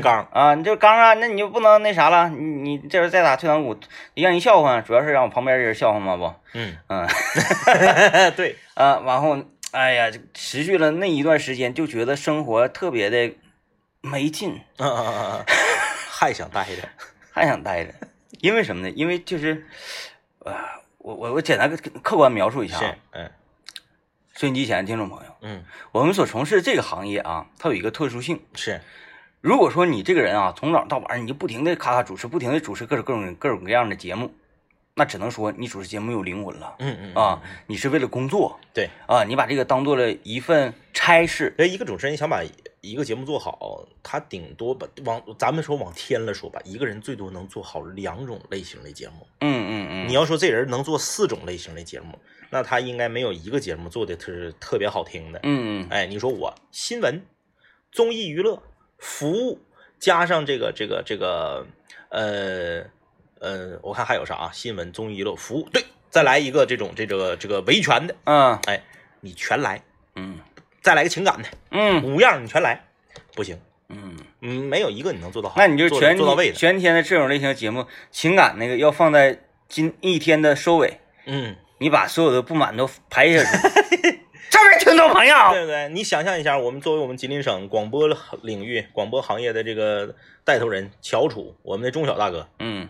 [SPEAKER 2] 刚，
[SPEAKER 1] 啊，你就刚啊，那你就不能那啥了，你你这是再打退堂鼓，让人笑话，主要是让我旁边人笑话嘛不？
[SPEAKER 2] 嗯
[SPEAKER 1] 嗯
[SPEAKER 2] 对，
[SPEAKER 1] 啊，然后哎呀，就持续了那一段时间，就觉得生活特别的没劲，
[SPEAKER 2] 嗯
[SPEAKER 1] 啊
[SPEAKER 2] 嗯嗯嗯， 还想待着，
[SPEAKER 1] 还想待着，因为什么呢？因为就是，呃，我我我简单客客观描述一下啊
[SPEAKER 2] 是，，嗯
[SPEAKER 1] 收音机前的听众朋友，
[SPEAKER 2] 嗯
[SPEAKER 1] 我们所从事这个行业啊，它有一个特殊性。
[SPEAKER 2] 是，
[SPEAKER 1] 如果说你这个人啊，从早到晚你就不停的咔咔主持，不停的主持各种各种各种各样的节目，那只能说你主持节目有灵魂了
[SPEAKER 2] 嗯嗯，
[SPEAKER 1] 啊！你是为了工作
[SPEAKER 2] 对，
[SPEAKER 1] 啊，你把这个当做了一份差事。
[SPEAKER 2] 所以一个主持人想把一个节目做好，他顶多把往咱们说往天了说吧，一个人最多能做好两种类型的节目。
[SPEAKER 1] 嗯嗯嗯，
[SPEAKER 2] 你要说这人能做四种类型的节目，那他应该没有一个节目做的是特别好听的。
[SPEAKER 1] 嗯嗯
[SPEAKER 2] 哎，你说我新闻、综艺娱乐、服务，加上这个这个这个，呃呃，我看还有啥啊？新闻、综艺娱乐、服务，对，再来一个这种这个这个维权的，
[SPEAKER 1] 嗯
[SPEAKER 2] 哎，你全来，
[SPEAKER 1] 嗯
[SPEAKER 2] 再来个 情感的，
[SPEAKER 1] 嗯
[SPEAKER 2] 五样你全来，不行，
[SPEAKER 1] 嗯，
[SPEAKER 2] 嗯，没有一个你能做到好，
[SPEAKER 1] 那你就
[SPEAKER 2] 做
[SPEAKER 1] 全
[SPEAKER 2] 做到位的，
[SPEAKER 1] 全天的这种类型节目，情感那个要放在今一天的收尾。
[SPEAKER 2] 嗯，
[SPEAKER 1] 你把所有的不满都排下 去。这位听众朋友，
[SPEAKER 2] 对不对？你想象一下，我们作为我们吉林省广播领域、广播行业的这个带头人翘楚，我们的钟晓大哥，
[SPEAKER 1] 嗯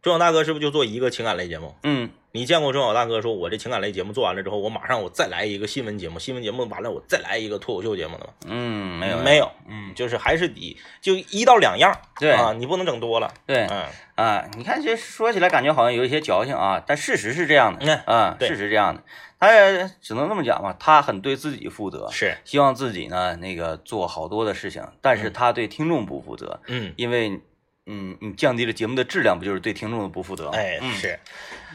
[SPEAKER 2] 钟晓大哥是不是就做一个情感类节目？
[SPEAKER 1] 嗯，
[SPEAKER 2] 你见过钟晓大哥说，我这情感类节目做完了之后，我马上我再来一个新闻节目，新闻节目完了我再来一个脱口秀节目的吗？
[SPEAKER 1] 嗯，没有
[SPEAKER 2] 没有，
[SPEAKER 1] 嗯，
[SPEAKER 2] 就是还是得就一到两样儿，
[SPEAKER 1] 对
[SPEAKER 2] 啊，你不能整多了，
[SPEAKER 1] 对
[SPEAKER 2] 嗯，
[SPEAKER 1] 啊，你看这说起来感觉好像有一些矫情啊，但事实是这样的，
[SPEAKER 2] 嗯
[SPEAKER 1] 啊，
[SPEAKER 2] 对
[SPEAKER 1] 事实这样的，他也只能这么讲吧，他很对自己负责，
[SPEAKER 2] 是，
[SPEAKER 1] 希望自己呢那个做好多的事情，但是他对听众不负责，
[SPEAKER 2] 嗯，
[SPEAKER 1] 因为嗯，你降低了节目的质量，不就是对听众的不负责吗？
[SPEAKER 2] 哎，
[SPEAKER 1] 嗯
[SPEAKER 2] 是，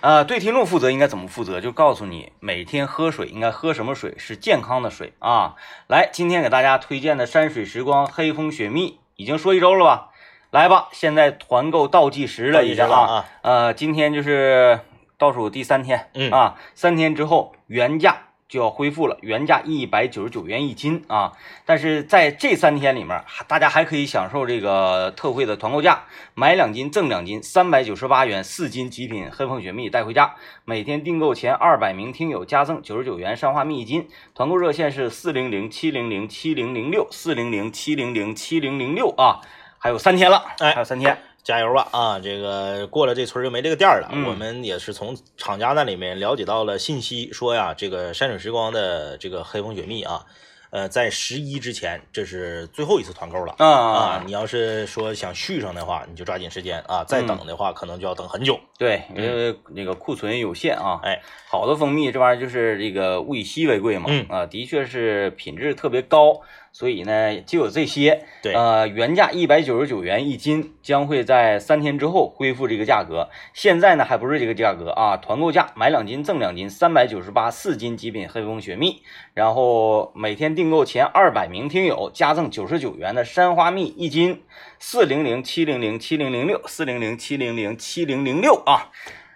[SPEAKER 1] 啊，对听众负责应该怎么负责？就告诉你每天喝水应该喝什么水，是健康的水啊。来，今天给大家推荐的山水时光黑蜂雪蜜，已经说一周了吧？来吧，现在团购倒计时了，已经
[SPEAKER 2] 了
[SPEAKER 1] 啊。
[SPEAKER 2] 啊，
[SPEAKER 1] 呃，今天就是倒数第三天，
[SPEAKER 2] 嗯
[SPEAKER 1] 啊，三天之后原价就要恢复了，原价一百九十九元一斤啊。但是在这三天里面，还大家还可以享受这个特惠的团购价，买两斤赠两斤，三百九十八元四斤极品黑凤雪蜜带回家。每天订购前二百名听友加赠九十九元山花蜜一斤。团购热线是四零零七零零七零零六四零零七零零七零零六啊，还有三天了，
[SPEAKER 2] 哎
[SPEAKER 1] 还有三天，
[SPEAKER 2] 加油吧啊！这个过了这村儿就没这个店儿了。
[SPEAKER 1] 嗯
[SPEAKER 2] 我们也是从厂家那里面了解到了信息，说呀，这个山水时光的这个黑蜂雪蜜啊，呃，在十一之前，这是最后一次团购了。
[SPEAKER 1] 啊
[SPEAKER 2] 啊，你要是说想续上的话，你就抓紧时间啊！再等的话，可能就要等很久。
[SPEAKER 1] 对，因为那个库存有限啊，
[SPEAKER 2] 哎，
[SPEAKER 1] 好的蜂蜜这玩意儿就是这个物以稀为贵嘛，
[SPEAKER 2] 嗯
[SPEAKER 1] 啊，的确是品质特别高，所以呢就有这些，
[SPEAKER 2] 对
[SPEAKER 1] 呃，原价一百九十九元一斤，将会在三天之后恢复这个价格。现在呢还不是这个价格啊，团购价买两斤赠两斤，三百九十八四斤极品黑蜂雪蜜，然后每天订购前二百名听友加赠九十九元的山花蜜一斤，四零零七零零七零零六四零零七零零七零零六啊，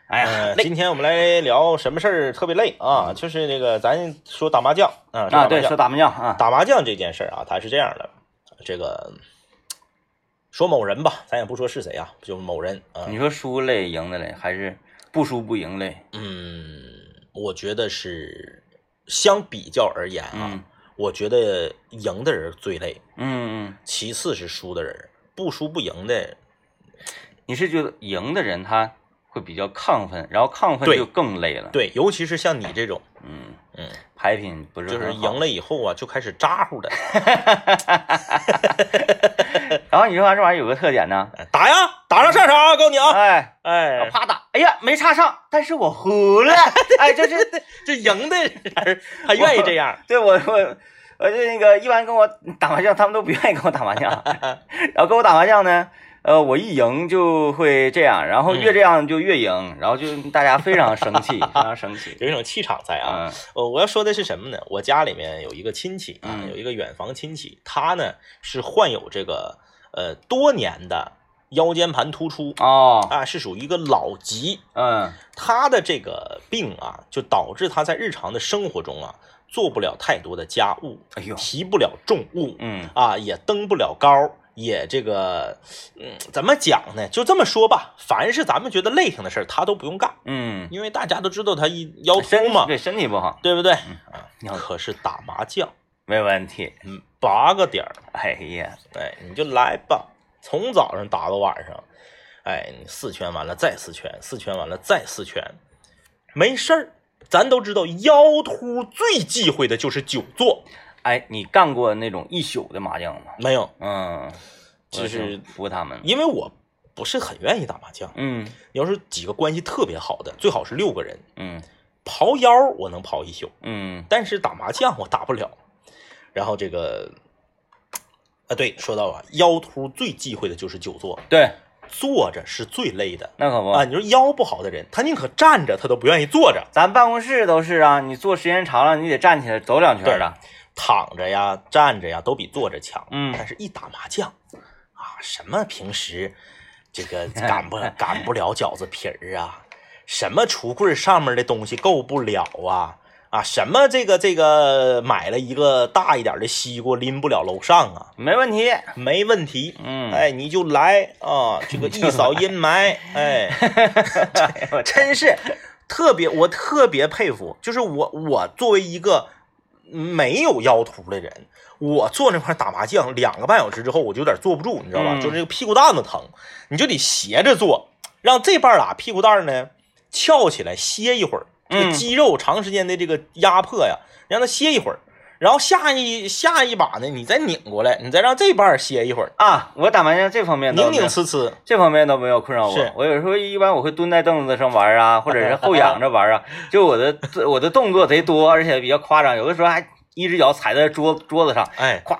[SPEAKER 1] 哎呀
[SPEAKER 2] 呃，，
[SPEAKER 1] 累嗯
[SPEAKER 2] 今天我们来聊什么事儿特别累啊？就是这个，咱说打麻将啊，说
[SPEAKER 1] 啊，
[SPEAKER 2] 打麻
[SPEAKER 1] 对，
[SPEAKER 2] 将
[SPEAKER 1] 说打麻将啊，
[SPEAKER 2] 打麻将这件事儿啊，它是这样的，这个说某人吧，咱也不说是谁啊，就某人啊，
[SPEAKER 1] 你说输累赢的累，还是不输不赢累？
[SPEAKER 2] 嗯，我觉得是相比较而言啊，
[SPEAKER 1] 嗯
[SPEAKER 2] 我觉得赢的人最累，
[SPEAKER 1] 嗯嗯，
[SPEAKER 2] 其次是输的人，不输不赢的，
[SPEAKER 1] 你是觉得赢的人他会比较亢奋，然后亢奋
[SPEAKER 2] 对
[SPEAKER 1] 就更累了。，
[SPEAKER 2] 对，尤其是像你这种，
[SPEAKER 1] 嗯，
[SPEAKER 2] 嗯，
[SPEAKER 1] 牌品不是
[SPEAKER 2] 就是
[SPEAKER 1] 很好
[SPEAKER 2] 赢了以后啊，就开始咋呼的，
[SPEAKER 1] 然后你说完这玩意儿有个特点呢，
[SPEAKER 2] 打呀，打上上场啊，告诉你啊，
[SPEAKER 1] 哎，
[SPEAKER 2] 哎，
[SPEAKER 1] 啪打，哎呀没插上，但是我胡了，哎，这是
[SPEAKER 2] 这赢的人他愿意这样，
[SPEAKER 1] 对我我我就那个一般跟我打麻将，他们都不愿意跟我打 麻将，然后跟我打麻将呢，呃，我一赢就会这样，然后
[SPEAKER 2] 嗯
[SPEAKER 1] 越这样就越赢，然后就大家非常生气，非常生 气。
[SPEAKER 2] 有一种气场在啊。
[SPEAKER 1] 嗯
[SPEAKER 2] 呃，我要说的是什么呢？我家里面有一个亲戚啊，
[SPEAKER 1] 嗯
[SPEAKER 2] 有一个远房亲戚，他呢是患有这个呃多年的腰间盘突出
[SPEAKER 1] 哦，
[SPEAKER 2] 啊，是属于一个老疾。
[SPEAKER 1] 嗯
[SPEAKER 2] 他的这个病啊，就导致他在日常的生活中啊，做不了太多的家务，
[SPEAKER 1] 哎呦
[SPEAKER 2] 提不了重物
[SPEAKER 1] 嗯
[SPEAKER 2] 啊，也登不了高。也这个，嗯，怎么讲呢？就这么说吧，凡是咱们觉得累挺的事儿，他都不用干，
[SPEAKER 1] 嗯，
[SPEAKER 2] 因为大家都知道他一腰
[SPEAKER 1] 身
[SPEAKER 2] 突嘛，
[SPEAKER 1] 对身体不好，
[SPEAKER 2] 对不对？
[SPEAKER 1] 你好
[SPEAKER 2] 可是打麻将，
[SPEAKER 1] 没问题。
[SPEAKER 2] 嗯，八个点儿，
[SPEAKER 1] 哎呀，
[SPEAKER 2] 哎，你就来吧，从早上打到晚上，哎，你四圈完了再四圈，四圈完了再四圈，没事儿。咱都知道，腰突最忌讳的就是久坐，
[SPEAKER 1] 哎，你干过那种一宿的麻将吗？
[SPEAKER 2] 没有，
[SPEAKER 1] 嗯，
[SPEAKER 2] 就
[SPEAKER 1] 我
[SPEAKER 2] 是
[SPEAKER 1] 服他们。
[SPEAKER 2] 因为我不是很愿意打麻将。
[SPEAKER 1] 嗯
[SPEAKER 2] 你要是几个关系特别好的，最好是六个人，
[SPEAKER 1] 嗯
[SPEAKER 2] 刨腰我能刨一宿，
[SPEAKER 1] 嗯
[SPEAKER 2] 但是打麻将我打不了。然后这个，啊，对，说到啊，腰突最忌讳的就是久坐，
[SPEAKER 1] 对，
[SPEAKER 2] 坐着是最累的
[SPEAKER 1] 那可不。
[SPEAKER 2] 啊！你说腰不好的人，他宁可站着，他都不愿意坐着。
[SPEAKER 1] 咱办公室都是啊，你坐时间长了，你得站起来走两圈儿的。
[SPEAKER 2] 躺着呀，站着呀，都比坐着强。
[SPEAKER 1] 嗯
[SPEAKER 2] 但是一打麻将啊，什么平时这个擀不擀不了饺子皮儿啊，什么橱柜上面的东西够不了啊。啊，什么这个这个买了一个大一点的西瓜拎不了楼上啊，
[SPEAKER 1] 没问题。
[SPEAKER 2] 没问题，
[SPEAKER 1] 嗯，
[SPEAKER 2] 哎，你就 来啊，这个一扫阴霾，哎，
[SPEAKER 1] 哎我
[SPEAKER 2] 真是特别我特别佩服，就是我我作为一个没有腰突的人，我坐那块打麻将两个半小时之后，我就有点坐不住，你知道吧？
[SPEAKER 1] 嗯
[SPEAKER 2] 就是这个屁股蛋子疼，你就得斜着坐，让这半拉屁股蛋儿呢翘起来歇一会儿，这个
[SPEAKER 1] 嗯
[SPEAKER 2] 肌肉长时间的这个压迫呀，让它歇一会儿。然后下一下一把呢，你再拧过来，你再让这半儿歇一会儿，
[SPEAKER 1] 啊，我打麻将这方面倒
[SPEAKER 2] 拧
[SPEAKER 1] 没有
[SPEAKER 2] 拧呲呲。
[SPEAKER 1] 这方面倒没有困扰我
[SPEAKER 2] 是。
[SPEAKER 1] 我有时候一般我会蹲在凳子上玩啊，或者是后仰着玩啊，就我的我的动作贼多，而且比较夸张，有的时候还一只脚踩在桌桌子上，
[SPEAKER 2] 哎，
[SPEAKER 1] 夸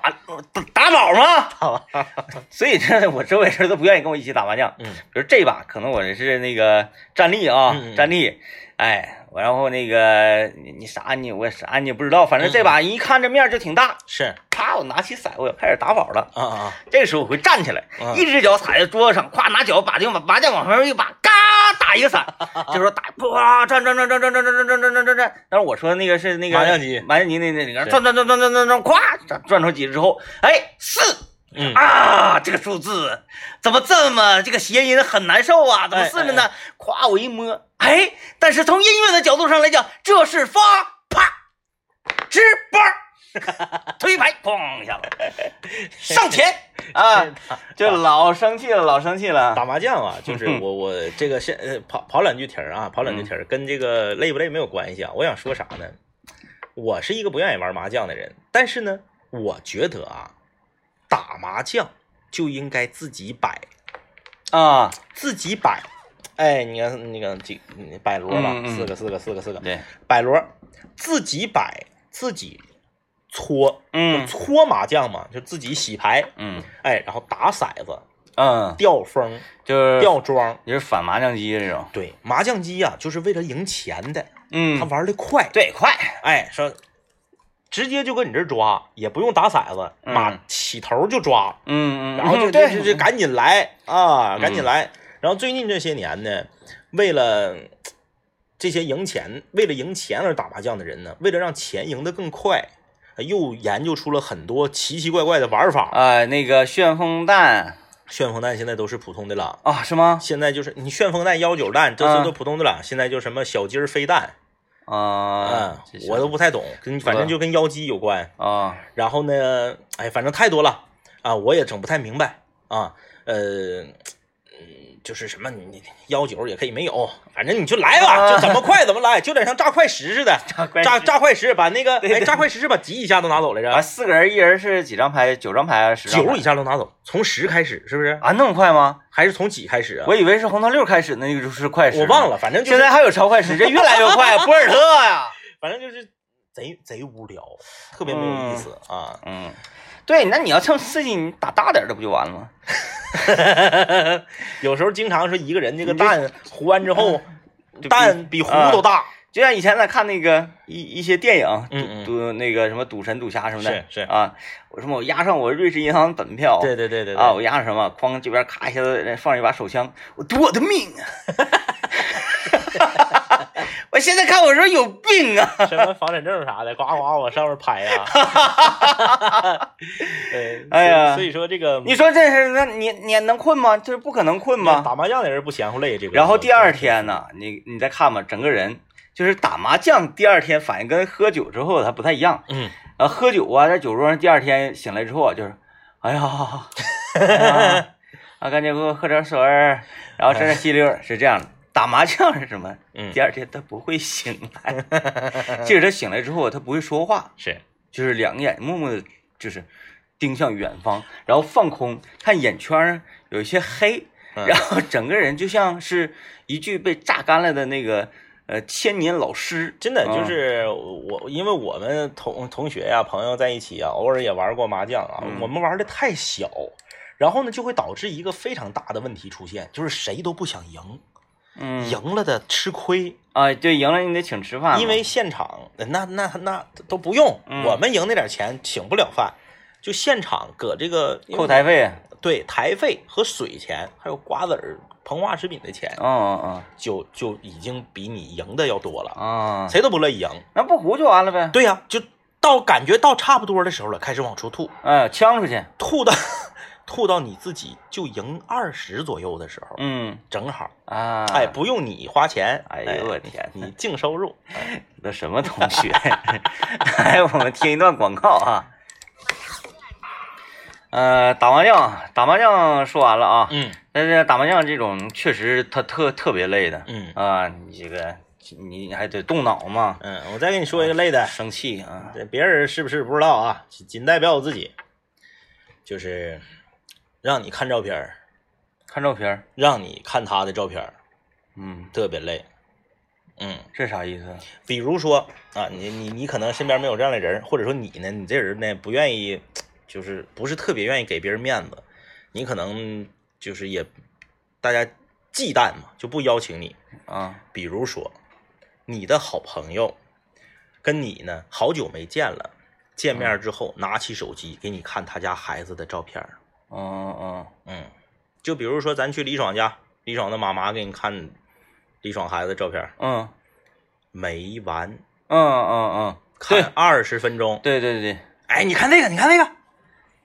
[SPEAKER 1] 打打倒嘛。 所以这 我周围人都不愿意跟我一起打麻将。
[SPEAKER 2] 嗯
[SPEAKER 1] 比如这把可能我是那个站立啊
[SPEAKER 2] 嗯嗯，
[SPEAKER 1] 站立，哎，我然后那个你你啥你我啥你也不知道，反正这
[SPEAKER 2] 嗯
[SPEAKER 1] 把一看这面就挺大，
[SPEAKER 2] 是啊
[SPEAKER 1] 啪，我拿起骰子我开始打宝了。
[SPEAKER 2] 啊
[SPEAKER 1] 这个时候我会站起来，
[SPEAKER 2] 嗯
[SPEAKER 1] 一只脚踩在桌子上，咵拿脚把这个麻麻将往旁边一把，嘎打一个 伞，这时候打啪转转转转转转转转转转转转。但是我说那个是那个
[SPEAKER 2] 麻将机
[SPEAKER 1] 麻将机那那里边
[SPEAKER 2] 是
[SPEAKER 1] 转转转转转转转，咵转转出几之后，哎四。
[SPEAKER 2] 嗯
[SPEAKER 1] 啊，这个数字怎么这么这个谐音很难受啊？怎么是着呢？咵，我一摸，哎，但是从音乐的角度上来讲，这是发啪，直棒，推牌，哐一下子上前 啊，就老生气了，老生气了。
[SPEAKER 2] 打麻将啊，就是我我这个先呃跑跑两句题儿啊，跑两句题儿跟这个累不累没有关系啊。我想说啥呢？我是一个不愿意玩麻将的人，但是呢，我觉得啊，打麻将就应该自己摆，
[SPEAKER 1] 啊，
[SPEAKER 2] 自己摆。哎，你看那个几你摆罗吧
[SPEAKER 1] 嗯，嗯
[SPEAKER 2] 四个四个四个四个
[SPEAKER 1] 对，
[SPEAKER 2] 摆罗，自己摆自己搓
[SPEAKER 1] 嗯
[SPEAKER 2] 搓麻将嘛，就自己洗牌，
[SPEAKER 1] 嗯
[SPEAKER 2] 哎，然后打骰子、
[SPEAKER 1] 嗯，
[SPEAKER 2] 掉风、
[SPEAKER 1] 就是
[SPEAKER 2] 掉庄。
[SPEAKER 1] 你是反麻将机这种，
[SPEAKER 2] 对，麻将机呀、就是为了赢钱的，
[SPEAKER 1] 嗯
[SPEAKER 2] 他，玩的快，
[SPEAKER 1] 对，快，
[SPEAKER 2] 哎，说直接就搁你这儿抓，也不用打骰子，
[SPEAKER 1] 嗯
[SPEAKER 2] 马起头就抓，
[SPEAKER 1] 嗯嗯，
[SPEAKER 2] 然后就
[SPEAKER 1] 嗯
[SPEAKER 2] 就
[SPEAKER 1] 对
[SPEAKER 2] 就就赶紧来啊，赶
[SPEAKER 1] 嗯
[SPEAKER 2] 紧来。然后最近这些年呢，为了这些赢钱，为了赢钱而打麻将的人呢，为了让钱赢得更快，又研究出了很多奇奇怪怪的玩法。
[SPEAKER 1] 啊，那个旋风蛋
[SPEAKER 2] 旋风蛋现在都是普通的了。
[SPEAKER 1] 啊，是吗？
[SPEAKER 2] 现在就是你旋风蛋、幺九蛋，这
[SPEAKER 1] 啊
[SPEAKER 2] 都都普通的了。现在就什么小鸡儿飞蛋，嗯
[SPEAKER 1] 啊，这，嗯是
[SPEAKER 2] 我都不太懂，跟反正就跟妖姬有关。
[SPEAKER 1] 啊，
[SPEAKER 2] 然后呢，哎，反正太多了啊，我也整不太明白啊。呃，嗯，就是什么你你幺九也可以没有，反正你就来吧，
[SPEAKER 1] 啊
[SPEAKER 2] 就怎么快怎么来，就有点像炸快石似的，
[SPEAKER 1] 炸快
[SPEAKER 2] 炸炸快石把那个
[SPEAKER 1] 对对
[SPEAKER 2] 哎炸快石把吉一下都拿走来
[SPEAKER 1] 啊，
[SPEAKER 2] 着，
[SPEAKER 1] 四个人一人是几张牌？九张牌啊，十张牌
[SPEAKER 2] 九一下都拿走，从十开始是不是？
[SPEAKER 1] 啊，那么快吗？
[SPEAKER 2] 还是从几开始啊？
[SPEAKER 1] 我以为是红桃六开始，那个就是快时，
[SPEAKER 2] 我忘。了，反正就
[SPEAKER 1] 现
[SPEAKER 2] 是
[SPEAKER 1] 在还有超快时，这越来越 快，博尔特呀。
[SPEAKER 2] 反正就是贼贼无聊，特别没有意思啊。
[SPEAKER 1] 嗯，对，那你要这么刺激，你打大点儿的不就完了吗？
[SPEAKER 2] 有时候经常是一个人这个
[SPEAKER 1] 你这嗯
[SPEAKER 2] 蛋糊完之后，
[SPEAKER 1] 比嗯
[SPEAKER 2] 蛋比糊都大。
[SPEAKER 1] 就像以前咱看那个一一些电影，赌
[SPEAKER 2] 嗯嗯
[SPEAKER 1] 赌那个什么赌神、赌侠什么的，
[SPEAKER 2] 是是
[SPEAKER 1] 啊，我什么我押上我瑞士银行本票，
[SPEAKER 2] 对对对对对
[SPEAKER 1] 啊，我押上什么，哐这边咔一下子放一把手枪，我赌我的命啊！ 我现在看我说有病啊！
[SPEAKER 2] 什么房产证啥的，呱呱往上面拍 呀。呃
[SPEAKER 1] 哎呀
[SPEAKER 2] 所以所以说这个
[SPEAKER 1] 你说这是那你你能困吗？这不可能困吗？
[SPEAKER 2] 打麻将的人不嫌乎累这个。
[SPEAKER 1] 然后第二天呢，你你再看吧，整个人就是打麻将第二天反应跟喝酒之后它不太一样，
[SPEAKER 2] 嗯，
[SPEAKER 1] 啊，喝酒啊，在酒桌上，第二天醒来之后啊，就是，哎呀，哎呀啊，赶紧给我喝点水儿，然后吃点稀溜儿，是这样的。打麻将啊是什么？
[SPEAKER 2] 嗯
[SPEAKER 1] 第二天他不会醒来，即使他醒来之后，他不会说话，
[SPEAKER 2] 是
[SPEAKER 1] 就是两个眼默默的，就是盯向远方，然后放空，看眼圈儿有一些黑，
[SPEAKER 2] 嗯
[SPEAKER 1] 然后整个人就像是一具被榨干了的那个呃千年老尸，
[SPEAKER 2] 真的，就
[SPEAKER 1] 嗯
[SPEAKER 2] 是我，因为我们同同学呀、朋友在一起啊，偶尔也玩过麻将啊，
[SPEAKER 1] 嗯
[SPEAKER 2] 我们玩的太小，然后呢，就会导致一个非常大的问题出现，就是谁都不想赢，
[SPEAKER 1] 嗯
[SPEAKER 2] 赢了的吃亏。
[SPEAKER 1] 啊，对，赢了你得请吃饭嘛，
[SPEAKER 2] 因为现场那那那都不用，
[SPEAKER 1] 嗯
[SPEAKER 2] 我们赢那点钱请不了饭，就现场搁这个
[SPEAKER 1] 扣台费。啊
[SPEAKER 2] 对台费和水钱，还有瓜子儿、膨化食品的钱，
[SPEAKER 1] 哦
[SPEAKER 2] 就就已经比你赢的要多
[SPEAKER 1] 哦
[SPEAKER 2] 了，
[SPEAKER 1] 哦，
[SPEAKER 2] 谁都不乐意赢。
[SPEAKER 1] 那不胡就完了呗？
[SPEAKER 2] 对呀、就到感觉到差不多的时候了，开始往出吐，
[SPEAKER 1] 哎，呛出去。
[SPEAKER 2] 吐到吐到你自己就赢二十左右的时候，
[SPEAKER 1] 嗯
[SPEAKER 2] 正好，
[SPEAKER 1] 啊，
[SPEAKER 2] 哎，不用你花钱，
[SPEAKER 1] 哎
[SPEAKER 2] 哎
[SPEAKER 1] 呦我天
[SPEAKER 2] 你净收入，
[SPEAKER 1] 那什么同学？ 来，我们听一段广告啊。呃，打麻将，打麻将说完了啊。
[SPEAKER 2] 嗯
[SPEAKER 1] 但是打麻将这种确实它特特别累的
[SPEAKER 2] 嗯
[SPEAKER 1] 啊，你这个你还得动脑嘛，
[SPEAKER 2] 嗯，我再给你说一个累的，
[SPEAKER 1] 生气啊。
[SPEAKER 2] 这别人是不是不知道啊？仅仅代表我自己，就是让你看照片儿，
[SPEAKER 1] 看照片儿，
[SPEAKER 2] 让你看他的照片儿，
[SPEAKER 1] 嗯，
[SPEAKER 2] 特别累。嗯，
[SPEAKER 1] 这啥意思？
[SPEAKER 2] 比如说啊，你你你可能身边没有这样的人，或者说你呢，你这人呢不愿意，就是不是特别愿意给别人面子，你可能就是也大家忌惮嘛，就不邀请你。
[SPEAKER 1] 啊
[SPEAKER 2] 比如说，你的好朋友跟你呢好久没见了，见面之后拿起手机给你看他家孩子的照片儿，
[SPEAKER 1] 嗯嗯
[SPEAKER 2] 嗯，就比如说咱去李爽家，李爽的妈妈给你看李爽孩子的照片儿，
[SPEAKER 1] 嗯
[SPEAKER 2] 没完，
[SPEAKER 1] 嗯嗯嗯，对
[SPEAKER 2] 看二十分钟。
[SPEAKER 1] 对对对，
[SPEAKER 2] 哎，你看这个，你看那个，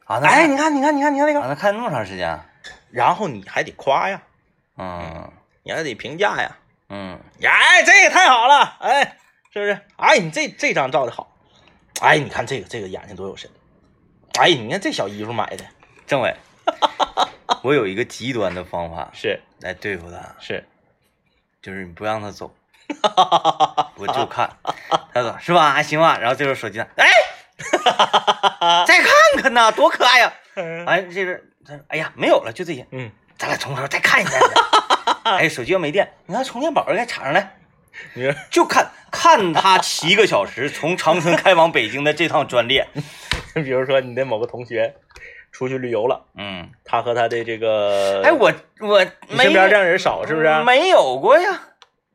[SPEAKER 1] 啊，那
[SPEAKER 2] 哎，
[SPEAKER 1] 看
[SPEAKER 2] 你看，你看，你看，你看那
[SPEAKER 1] 啊，
[SPEAKER 2] 个，
[SPEAKER 1] 那看那么长时间啊，
[SPEAKER 2] 然后你还得夸呀，
[SPEAKER 1] 嗯
[SPEAKER 2] 你还得评价呀，
[SPEAKER 1] 嗯
[SPEAKER 2] 哎，这个太好了，哎，是不是？哎，你这这张照的好，哎，你看这个，这个眼睛多有神，哎，你看这小衣服买的，
[SPEAKER 1] 政 委，我有一个极端的方法
[SPEAKER 2] 是
[SPEAKER 1] 来对付他，
[SPEAKER 2] 是，
[SPEAKER 1] 就是你不让他 走，我就看他走是吧？哎，行吧。然后这时候手机呢，哎， 再看看呐，多可爱呀、
[SPEAKER 2] 嗯
[SPEAKER 1] 哎，这边他说，哎呀，没有了，就这些，
[SPEAKER 2] 嗯，
[SPEAKER 1] 咱俩从头再看一 下子。哎，手机要没电，你看充电宝儿给插上来，
[SPEAKER 2] 你说
[SPEAKER 1] 就看看他七个小时从长春开往北京的这趟专列。
[SPEAKER 2] 比如说你的某个同学出去旅游了，
[SPEAKER 1] 嗯，
[SPEAKER 2] 他和他的这个，
[SPEAKER 1] 哎，我我
[SPEAKER 2] 你
[SPEAKER 1] 没
[SPEAKER 2] 身边这样人少是不是？啊
[SPEAKER 1] 嗯没有过呀。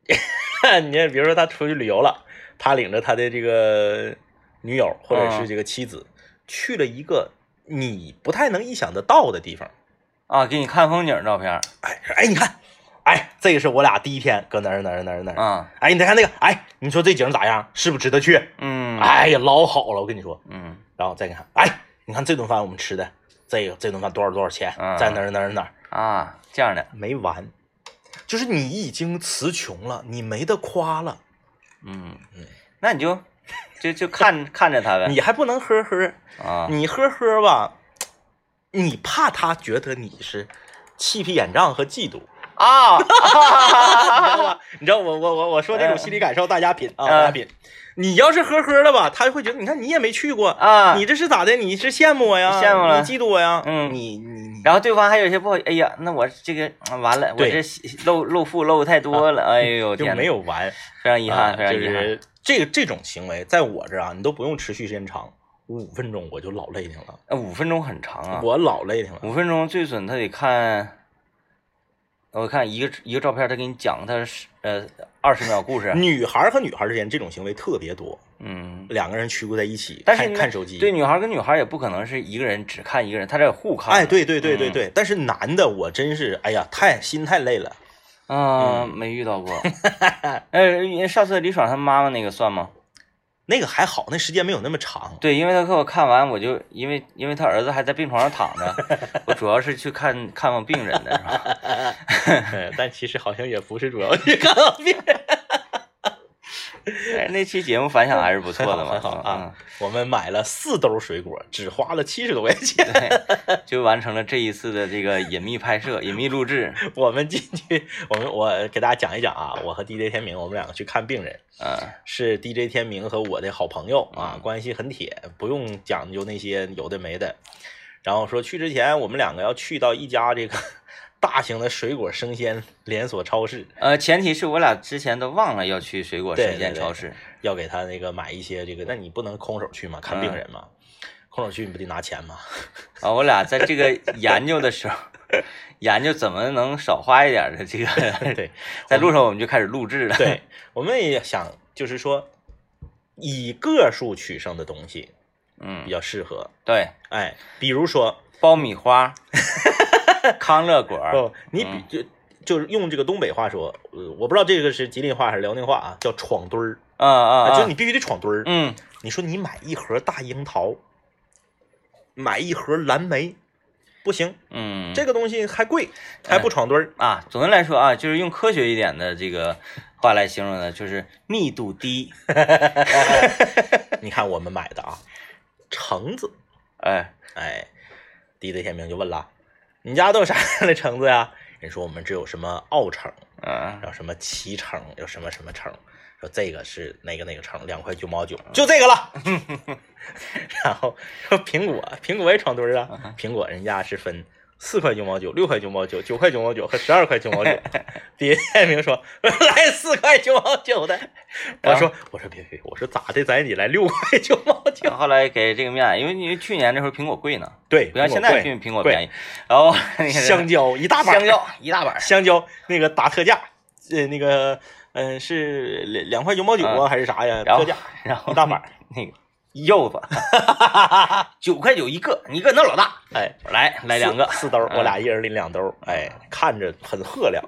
[SPEAKER 2] 你看，比如说他出去旅游了，他领着他的这个女友或者是这个妻子、去了一个你不太能意想得到的地方。
[SPEAKER 1] 啊，给你看风景照片儿
[SPEAKER 2] 哎说哎，你看，哎，这个是我俩第一天搁哪儿哪儿哪儿哪儿。
[SPEAKER 1] 啊，
[SPEAKER 2] 哎，你再看那个，哎，你说这景咋样？是不是值得去？
[SPEAKER 1] 嗯，
[SPEAKER 2] 哎呀，老好了，我跟你说。
[SPEAKER 1] 嗯
[SPEAKER 2] 然后再看，哎，你看这顿饭我们吃的，这个这顿饭多少多少钱
[SPEAKER 1] 嗯，
[SPEAKER 2] 在哪儿哪儿哪儿
[SPEAKER 1] 啊，这样的，
[SPEAKER 2] 没完，就是你已经词穷了，你没得夸了，
[SPEAKER 1] 嗯
[SPEAKER 2] 嗯，
[SPEAKER 1] 那你就就就看看着他呗
[SPEAKER 2] 你还不能呵呵。
[SPEAKER 1] 嗯啊，
[SPEAKER 2] 你呵呵吧，你怕他觉得你是气皮眼胀和嫉妒，
[SPEAKER 1] 啊，
[SPEAKER 2] 你知道我我我我说这
[SPEAKER 1] 哎
[SPEAKER 2] 种心理感受，大家品啊，
[SPEAKER 1] 嗯
[SPEAKER 2] 大家品。你要是呵呵了吧，他会觉得，你看你也没去过
[SPEAKER 1] 啊
[SPEAKER 2] 你这是咋的？你是羡慕我呀？
[SPEAKER 1] 羡慕了
[SPEAKER 2] 你嫉妒我呀？
[SPEAKER 1] 嗯
[SPEAKER 2] 你你你，
[SPEAKER 1] 然后对方还有些不好，哎呀，那我这个嗯完了，我
[SPEAKER 2] 对啊
[SPEAKER 1] 这露露富露太多了，哎呦，
[SPEAKER 2] 就
[SPEAKER 1] 天哪
[SPEAKER 2] 没有完，
[SPEAKER 1] 非常遗憾，
[SPEAKER 2] 啊
[SPEAKER 1] 非常
[SPEAKER 2] 就
[SPEAKER 1] 遗憾，
[SPEAKER 2] 是这个这种行为，在我这儿啊，你都不用持续时间长，五分钟我就老累挺了，
[SPEAKER 1] 呃五分钟很长啊，
[SPEAKER 2] 我老累挺了。
[SPEAKER 1] 五分钟最损他得看。我看一个一个照片，他给你讲他是呃二十秒故事，
[SPEAKER 2] 女孩和女孩之间这种行为特别多，
[SPEAKER 1] 嗯，
[SPEAKER 2] 两个人驱过在一起，
[SPEAKER 1] 但是
[SPEAKER 2] 看
[SPEAKER 1] 那
[SPEAKER 2] 看手机，
[SPEAKER 1] 对，女孩跟女孩也不可能是一个人只看一个人，他得互看。啊
[SPEAKER 2] 哎，，对对
[SPEAKER 1] 嗯
[SPEAKER 2] 对对对，但是男的我真是，哎呀，太心太累了。
[SPEAKER 1] 啊、
[SPEAKER 2] 嗯
[SPEAKER 1] 没遇 到过。哎，上次李爽他妈妈那个算吗？
[SPEAKER 2] 那个还好，那时间没有那么长。
[SPEAKER 1] 对，因为他给我看完，我就因为因为他儿子还在病床上躺着，我主要是去看看望病人的，是吧？
[SPEAKER 2] 哎但其实好像也不是主要去看病，
[SPEAKER 1] 哎，那期节目反响还 是不错
[SPEAKER 2] 很
[SPEAKER 1] 的
[SPEAKER 2] 好
[SPEAKER 1] 嘛，嗯
[SPEAKER 2] 很好啊。我们买了四兜水果，只花了七十多块
[SPEAKER 1] 嗯。
[SPEAKER 2] 钱。
[SPEAKER 1] 对，就完成了这一次的这个隐秘拍摄、隐秘录制。
[SPEAKER 2] 我们进去，我们我给大家讲一讲啊，我和 DJ 天明，我们两个去看病人，
[SPEAKER 1] 嗯
[SPEAKER 2] 是 DJ 天明和我的好朋友啊
[SPEAKER 1] 嗯，
[SPEAKER 2] 关系很铁，不用讲究那些有的没的。然后说去之前，我们两个要去到一家这个 大型的水果生鲜连锁超市，
[SPEAKER 1] 呃，前提是我俩之前都忘了要去水果
[SPEAKER 2] 对
[SPEAKER 1] 生
[SPEAKER 2] 对
[SPEAKER 1] 鲜
[SPEAKER 2] 对
[SPEAKER 1] 超市。
[SPEAKER 2] 要给他那个买一些这个，那你不能空手去嘛，看病
[SPEAKER 1] 嗯
[SPEAKER 2] 人嘛，空手去你不得拿钱 嘛？
[SPEAKER 1] 啊，我俩在这个研究的时候，研究怎么能少花一点儿的这个，
[SPEAKER 2] 对，
[SPEAKER 1] 在路上我们就开始录 制了。
[SPEAKER 2] 对，我们也想就是说，以个数取胜的东西比
[SPEAKER 1] 嗯，
[SPEAKER 2] 较适合，
[SPEAKER 1] 对，
[SPEAKER 2] 哎，比如说
[SPEAKER 1] 爆米花、 康乐果儿，
[SPEAKER 2] 哦，你比
[SPEAKER 1] 嗯
[SPEAKER 2] 就就是用这个东北话说，呃，我不知道这个是吉林话还是辽宁话啊，叫闯墩儿，
[SPEAKER 1] 啊啊，
[SPEAKER 2] 啊，
[SPEAKER 1] 啊
[SPEAKER 2] 就你，必须得闯墩儿。
[SPEAKER 1] 嗯
[SPEAKER 2] 你说你买一盒大樱桃，买一盒蓝莓，不行，
[SPEAKER 1] 嗯，
[SPEAKER 2] 这个东西还贵，还不闯堆儿。
[SPEAKER 1] 啊，总的来说啊，就是用科学一点的这个话来形容呢，就是密度低，
[SPEAKER 2] 你看我们买的啊，橙子，
[SPEAKER 1] 哎，
[SPEAKER 2] 哎，地雷天明就问了，你家都有啥样的橙子呀？人说我们只有什么澳橙，
[SPEAKER 1] 嗯、
[SPEAKER 2] 然后什么脐橙，有什么什么橙，说这个是哪个哪个橙，两块九毛九，就这个了。 然后说苹果，苹果也闯堆儿
[SPEAKER 1] 嗯
[SPEAKER 2] 啊，苹果人家是分四块九毛九、六块九毛九、九块九毛九和十二块九 毛九。别明说来四块九毛九的，我说我说别别，我说咋的，咱也得来六块九毛九。
[SPEAKER 1] 后来给这个面子，因为你去年那时候苹果贵呢，
[SPEAKER 2] 对，
[SPEAKER 1] 不像现在苹苹果便
[SPEAKER 2] 宜，
[SPEAKER 1] 宜，然后
[SPEAKER 2] 香蕉一大把，
[SPEAKER 1] 香蕉一大板儿，
[SPEAKER 2] 香蕉那个打特价，呃，那个嗯、呃是两两块九毛九啊，
[SPEAKER 1] 嗯
[SPEAKER 2] 还是啥呀？
[SPEAKER 1] 然后
[SPEAKER 2] 特价
[SPEAKER 1] 然后
[SPEAKER 2] 一大板儿。
[SPEAKER 1] 那个柚子，九块九一个，你搁那老大，
[SPEAKER 2] 哎，
[SPEAKER 1] 来来两 个，
[SPEAKER 2] 四四兜儿，
[SPEAKER 1] 嗯
[SPEAKER 2] 我俩一人拎两兜儿，哎，看着很赫亮，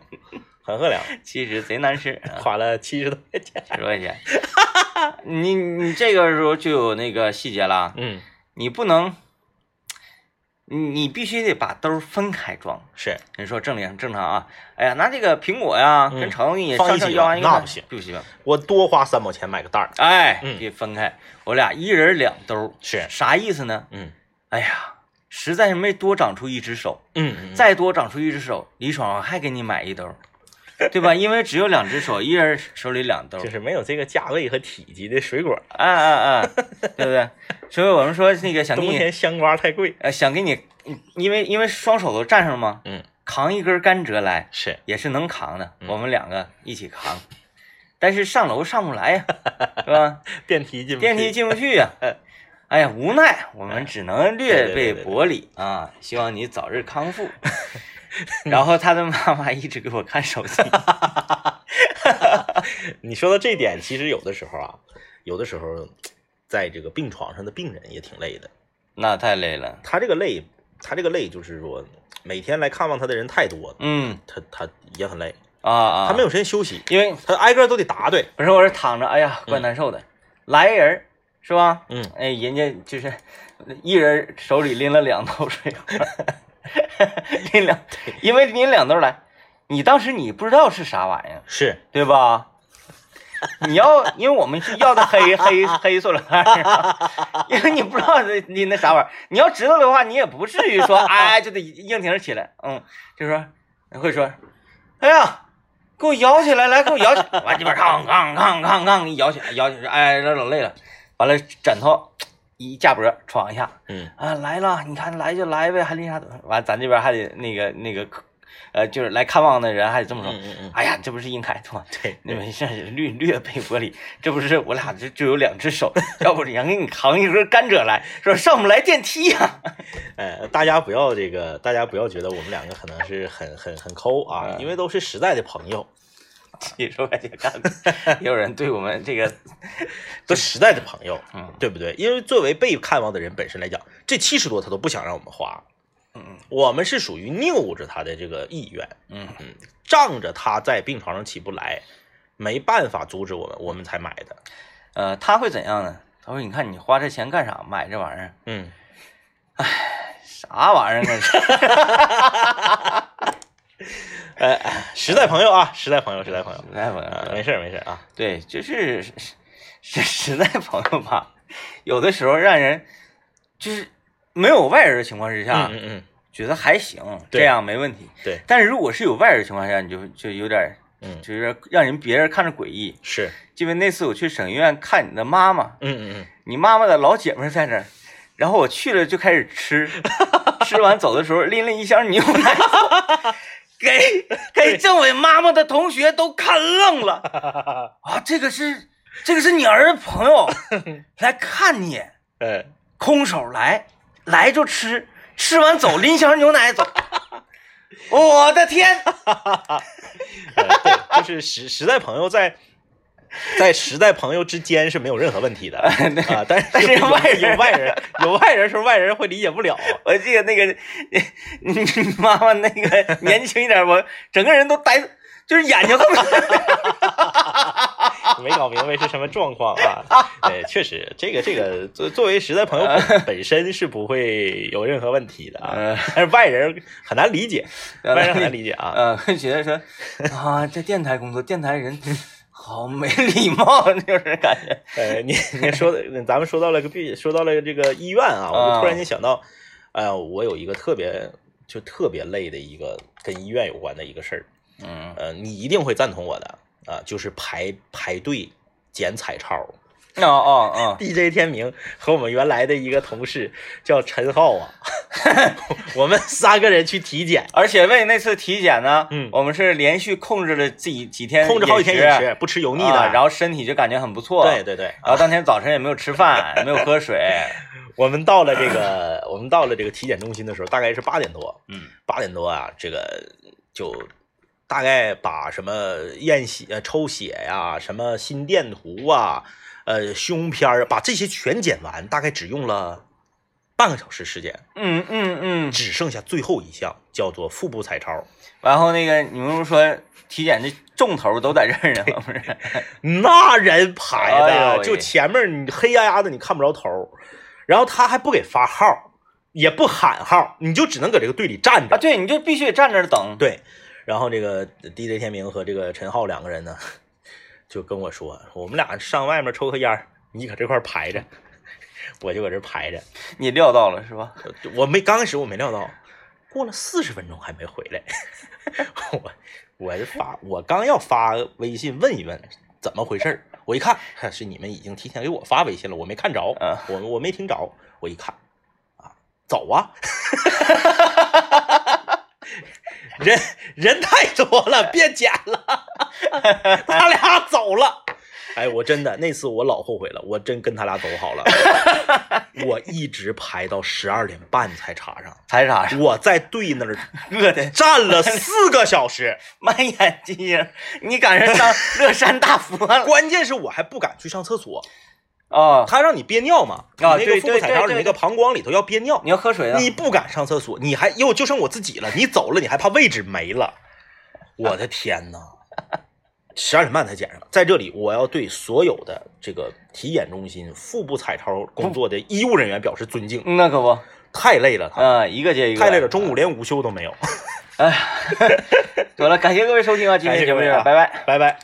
[SPEAKER 2] 很赫亮，
[SPEAKER 1] 其实贼难吃，啊
[SPEAKER 2] 花了七十多块钱。
[SPEAKER 1] 十块钱。 你你这个时候就有那个细节了，
[SPEAKER 2] 嗯，
[SPEAKER 1] 你不能，你你必须得把兜儿分开装。
[SPEAKER 2] 是
[SPEAKER 1] 人说正常正常啊，哎呀，拿这个苹果呀
[SPEAKER 2] 嗯
[SPEAKER 1] 跟橙子也
[SPEAKER 2] 放
[SPEAKER 1] 上
[SPEAKER 2] 一
[SPEAKER 1] 上
[SPEAKER 2] 起
[SPEAKER 1] 腰
[SPEAKER 2] 吧
[SPEAKER 1] 完一个
[SPEAKER 2] 那
[SPEAKER 1] 看
[SPEAKER 2] 不行
[SPEAKER 1] 不行，
[SPEAKER 2] 我多花三毛钱买个袋儿。
[SPEAKER 1] 哎，
[SPEAKER 2] 嗯
[SPEAKER 1] 得分开，我俩一人两兜儿，
[SPEAKER 2] 是，
[SPEAKER 1] 啥意思呢？
[SPEAKER 2] 嗯
[SPEAKER 1] 哎呀，实在是没多长出一只手，
[SPEAKER 2] 嗯，
[SPEAKER 1] 再多长出一只手，李爽还给你买一兜儿，对 吧？因为只有两只手，一人手里两兜儿
[SPEAKER 2] 就，是没有这个价位和体积的水果，
[SPEAKER 1] 啊啊 啊，对不对？所以我们说那个想给
[SPEAKER 2] 冬
[SPEAKER 1] 你
[SPEAKER 2] 天香瓜太贵。
[SPEAKER 1] 呃想给你，因为因为双手都占上了嘛，
[SPEAKER 2] 嗯，
[SPEAKER 1] 扛一根甘蔗来
[SPEAKER 2] 是
[SPEAKER 1] 也是能扛的，
[SPEAKER 2] 嗯
[SPEAKER 1] 我们两个一起扛，但是上楼上不来 呀，是吧？
[SPEAKER 2] 电梯进不去
[SPEAKER 1] 电梯进不去呀、哎呀，无奈我们只能略备薄礼啊，希望你早日康复。 然后他的妈妈一直给我看手机，
[SPEAKER 2] 你说到这点，其实有的时候啊，有的时候，在这个病床上的病人也挺累的。
[SPEAKER 1] 那太累了。
[SPEAKER 2] 他这个累，他这个累就是说，每天来看望他的人太多了，
[SPEAKER 1] 嗯
[SPEAKER 2] 他他也很累，
[SPEAKER 1] 啊啊，
[SPEAKER 2] 他没有时间休息，
[SPEAKER 1] 因为
[SPEAKER 2] 他挨个都得答对。
[SPEAKER 1] 不是我是躺着，哎呀，怪难受的。来人儿是吧？
[SPEAKER 2] 嗯，
[SPEAKER 1] 哎，人家就是一人手里拎了两兜 水果，拎两，因为拎两兜来，你当时你不知道是啥玩意儿，
[SPEAKER 2] 是，
[SPEAKER 1] 对吧？你要，因为我们是要的黑黑黑塑料袋儿，因为你不知道这拎的啥玩意儿。你要知道的话，你也不至于说，哎，就得硬挺起来。嗯，就说会说，哎呀，给我摇起来，来给我摇起来，完这边吭吭吿吭吭摇起来，摇起来，哎，这老累了。完了，枕头一架脖闯一下，
[SPEAKER 2] 嗯，
[SPEAKER 1] 啊，来了，你看来就来呗，还拎啥东西？完，咱这边还得那个那个，呃，就是来看望的人还得这么说。
[SPEAKER 2] 嗯嗯嗯
[SPEAKER 1] 哎呀，这不是应该的吗？
[SPEAKER 2] 对，
[SPEAKER 1] 你们现在略略被玻璃，这不是我俩这就有两只手，要不然给你扛一根甘蔗来，说上不来电梯呀、
[SPEAKER 2] 哎，大家不要这个，大家不要觉得我们两个可能是很很很抠啊，
[SPEAKER 1] 嗯
[SPEAKER 2] 因为都是实在的朋友，
[SPEAKER 1] 七十块钱干的，也有人对我们这个，
[SPEAKER 2] 都实在的朋友，
[SPEAKER 1] 嗯
[SPEAKER 2] 对不对？因为作为被看望的人本身来讲，这七十多他都不想让我们花，
[SPEAKER 1] 嗯
[SPEAKER 2] 我们是属于拗着他的这个意愿，
[SPEAKER 1] 嗯
[SPEAKER 2] 仗着他在病床上起不来，没办法阻止我们，我们才买的。
[SPEAKER 1] 呃，他会怎样呢？他说：“你看你花这钱干啥？买这玩意儿，
[SPEAKER 2] 嗯，
[SPEAKER 1] 啥玩意儿啊？这
[SPEAKER 2] 实在朋友啊，实在朋友，实在朋友
[SPEAKER 1] 实在朋
[SPEAKER 2] 啊，
[SPEAKER 1] 友，
[SPEAKER 2] 没事儿没事儿啊，
[SPEAKER 1] 对，就是是是实在朋友吧，有的时候让人就是没有外人的情况之下，
[SPEAKER 2] 嗯嗯
[SPEAKER 1] 觉得还行，
[SPEAKER 2] 对
[SPEAKER 1] 这样没问题。
[SPEAKER 2] 对
[SPEAKER 1] 但是如果是有外人的情况下，你就就有点
[SPEAKER 2] 嗯，嗯，
[SPEAKER 1] 就有点让人别人看着诡异。
[SPEAKER 2] 是，
[SPEAKER 1] 因为那次我去省医院看你的妈妈，
[SPEAKER 2] 嗯嗯嗯，
[SPEAKER 1] 你妈妈的老姐们儿在那儿，然后我去了就开始吃，吃完走的时候拎了一箱牛奶。给给政委妈妈的同学都看愣了啊！这个是这个是你儿子朋友来看你，
[SPEAKER 2] 哎，
[SPEAKER 1] 空手来，来就吃，吃完走拎箱牛奶走。我的天！
[SPEAKER 2] 呃对，就是实实在朋友在。在实在朋友之间是没有任何问 题的啊，但
[SPEAKER 1] 但是
[SPEAKER 2] 是有
[SPEAKER 1] 外人
[SPEAKER 2] 有外人有外人时候，外人会理解不了。
[SPEAKER 1] 我记得那个，你你妈妈那个 年轻一点，我整个人都呆，就是眼睛都
[SPEAKER 2] 没搞明白是什么状况 啊。呃，确实，这个这个作作为实在朋友本本身是不会有任何问题的啊，
[SPEAKER 1] 嗯
[SPEAKER 2] 但是外人很难 理解，
[SPEAKER 1] 呃
[SPEAKER 2] 外人很难理解 啊。
[SPEAKER 1] 呃，觉得说啊，在电台工作，电台人好没礼貌， 就是感觉
[SPEAKER 2] 呃，你你说的，咱们说到了个病，说到了这个医院啊，我
[SPEAKER 1] 啊
[SPEAKER 2] 就突然间想到，哎、呀，我有一个特别就特别累的一个跟医院有关的一个事儿，
[SPEAKER 1] 嗯
[SPEAKER 2] 呃，你一定会赞同我的啊、就是排排队捡彩超。
[SPEAKER 1] 哦哦哦，
[SPEAKER 2] DJ 天明和我们原来的一个同事叫陈浩啊， 我们三个人去体 检，
[SPEAKER 1] 而且为那次体检呢，
[SPEAKER 2] 嗯
[SPEAKER 1] 我们是连续控制了自己几天，
[SPEAKER 2] 控制好几天
[SPEAKER 1] 饮
[SPEAKER 2] 饮食，不吃油腻的，
[SPEAKER 1] 啊然
[SPEAKER 2] 后啊
[SPEAKER 1] 后身体就感觉很不错，
[SPEAKER 2] 对。对对，
[SPEAKER 1] 然后当天早晨也没有吃饭，也没有喝 水，
[SPEAKER 2] 我们到了这个我们到了这个体检中心的时候，大概是八点多，
[SPEAKER 1] 嗯
[SPEAKER 2] 八点多啊，这个就大概把什么验血、呃抽血呀、什么心电图啊、呃胸片儿，把这些全检完，大概只用了半个小时时间，
[SPEAKER 1] 嗯嗯嗯。
[SPEAKER 2] 只剩下最后一项叫做腹部彩超。
[SPEAKER 1] 然后那个你们不是说体检这重头都在这儿呢吗？不是？
[SPEAKER 2] 那人排
[SPEAKER 1] 哎呦
[SPEAKER 2] 的，
[SPEAKER 1] 喂
[SPEAKER 2] 就前面你黑压压的，你看不着头儿，然后他还不给发号，也不喊号，你就只能搁这个队里站
[SPEAKER 1] 啊，
[SPEAKER 2] 着。
[SPEAKER 1] 对，你就必须得站这儿等。
[SPEAKER 2] 对，然后这个 DJ 天明和这个陈浩两个人呢，就跟我说，我们俩上外面抽个烟儿，你搁这块儿排着，我就搁这儿排着。
[SPEAKER 1] 你料到了是吧？
[SPEAKER 2] 我没刚开始我没料到，过了四十分钟还没回来， 我我就发我刚要发微信问一问怎么回事儿，我一看哼是你们已经提前给我发微信了，我没看着，
[SPEAKER 1] 啊
[SPEAKER 2] 我我没听着，我一看啊，走啊， 人人太多了，别捡了， 他俩走了。 哎，我真的那次我老后悔了，我真跟他俩走好了。 我一直排到十二点半才插上，
[SPEAKER 1] 才啥？
[SPEAKER 2] 我在队那儿
[SPEAKER 1] 饿的
[SPEAKER 2] 站了四个 小时，
[SPEAKER 1] 满眼金星，你赶上上乐山大佛了
[SPEAKER 2] 关键是我还不敢去上厕所，
[SPEAKER 1] 啊！
[SPEAKER 2] 他让你憋尿嘛，你
[SPEAKER 1] 啊
[SPEAKER 2] 那个
[SPEAKER 1] 对
[SPEAKER 2] 腹
[SPEAKER 1] 对
[SPEAKER 2] 部彩超，
[SPEAKER 1] 对对
[SPEAKER 2] 你那个膀胱里头要憋尿
[SPEAKER 1] 你，要喝水啊？
[SPEAKER 2] 你不敢上厕所，你还又就剩我自己了，你走了，你还怕位置没了，我的天呐！十二点半才检上，在这里我要对所有的这个体检中心腹部彩超工作的医务人员表示尊敬，
[SPEAKER 1] 嗯那可不，
[SPEAKER 2] 太累了，他们
[SPEAKER 1] 嗯，一个接一个，
[SPEAKER 2] 太累了，中午连午休都没有。
[SPEAKER 1] 哎呀，得了，感谢各位收听啊，今天节目就这样，
[SPEAKER 2] 感谢各位啊
[SPEAKER 1] 拜拜。
[SPEAKER 2] 拜拜。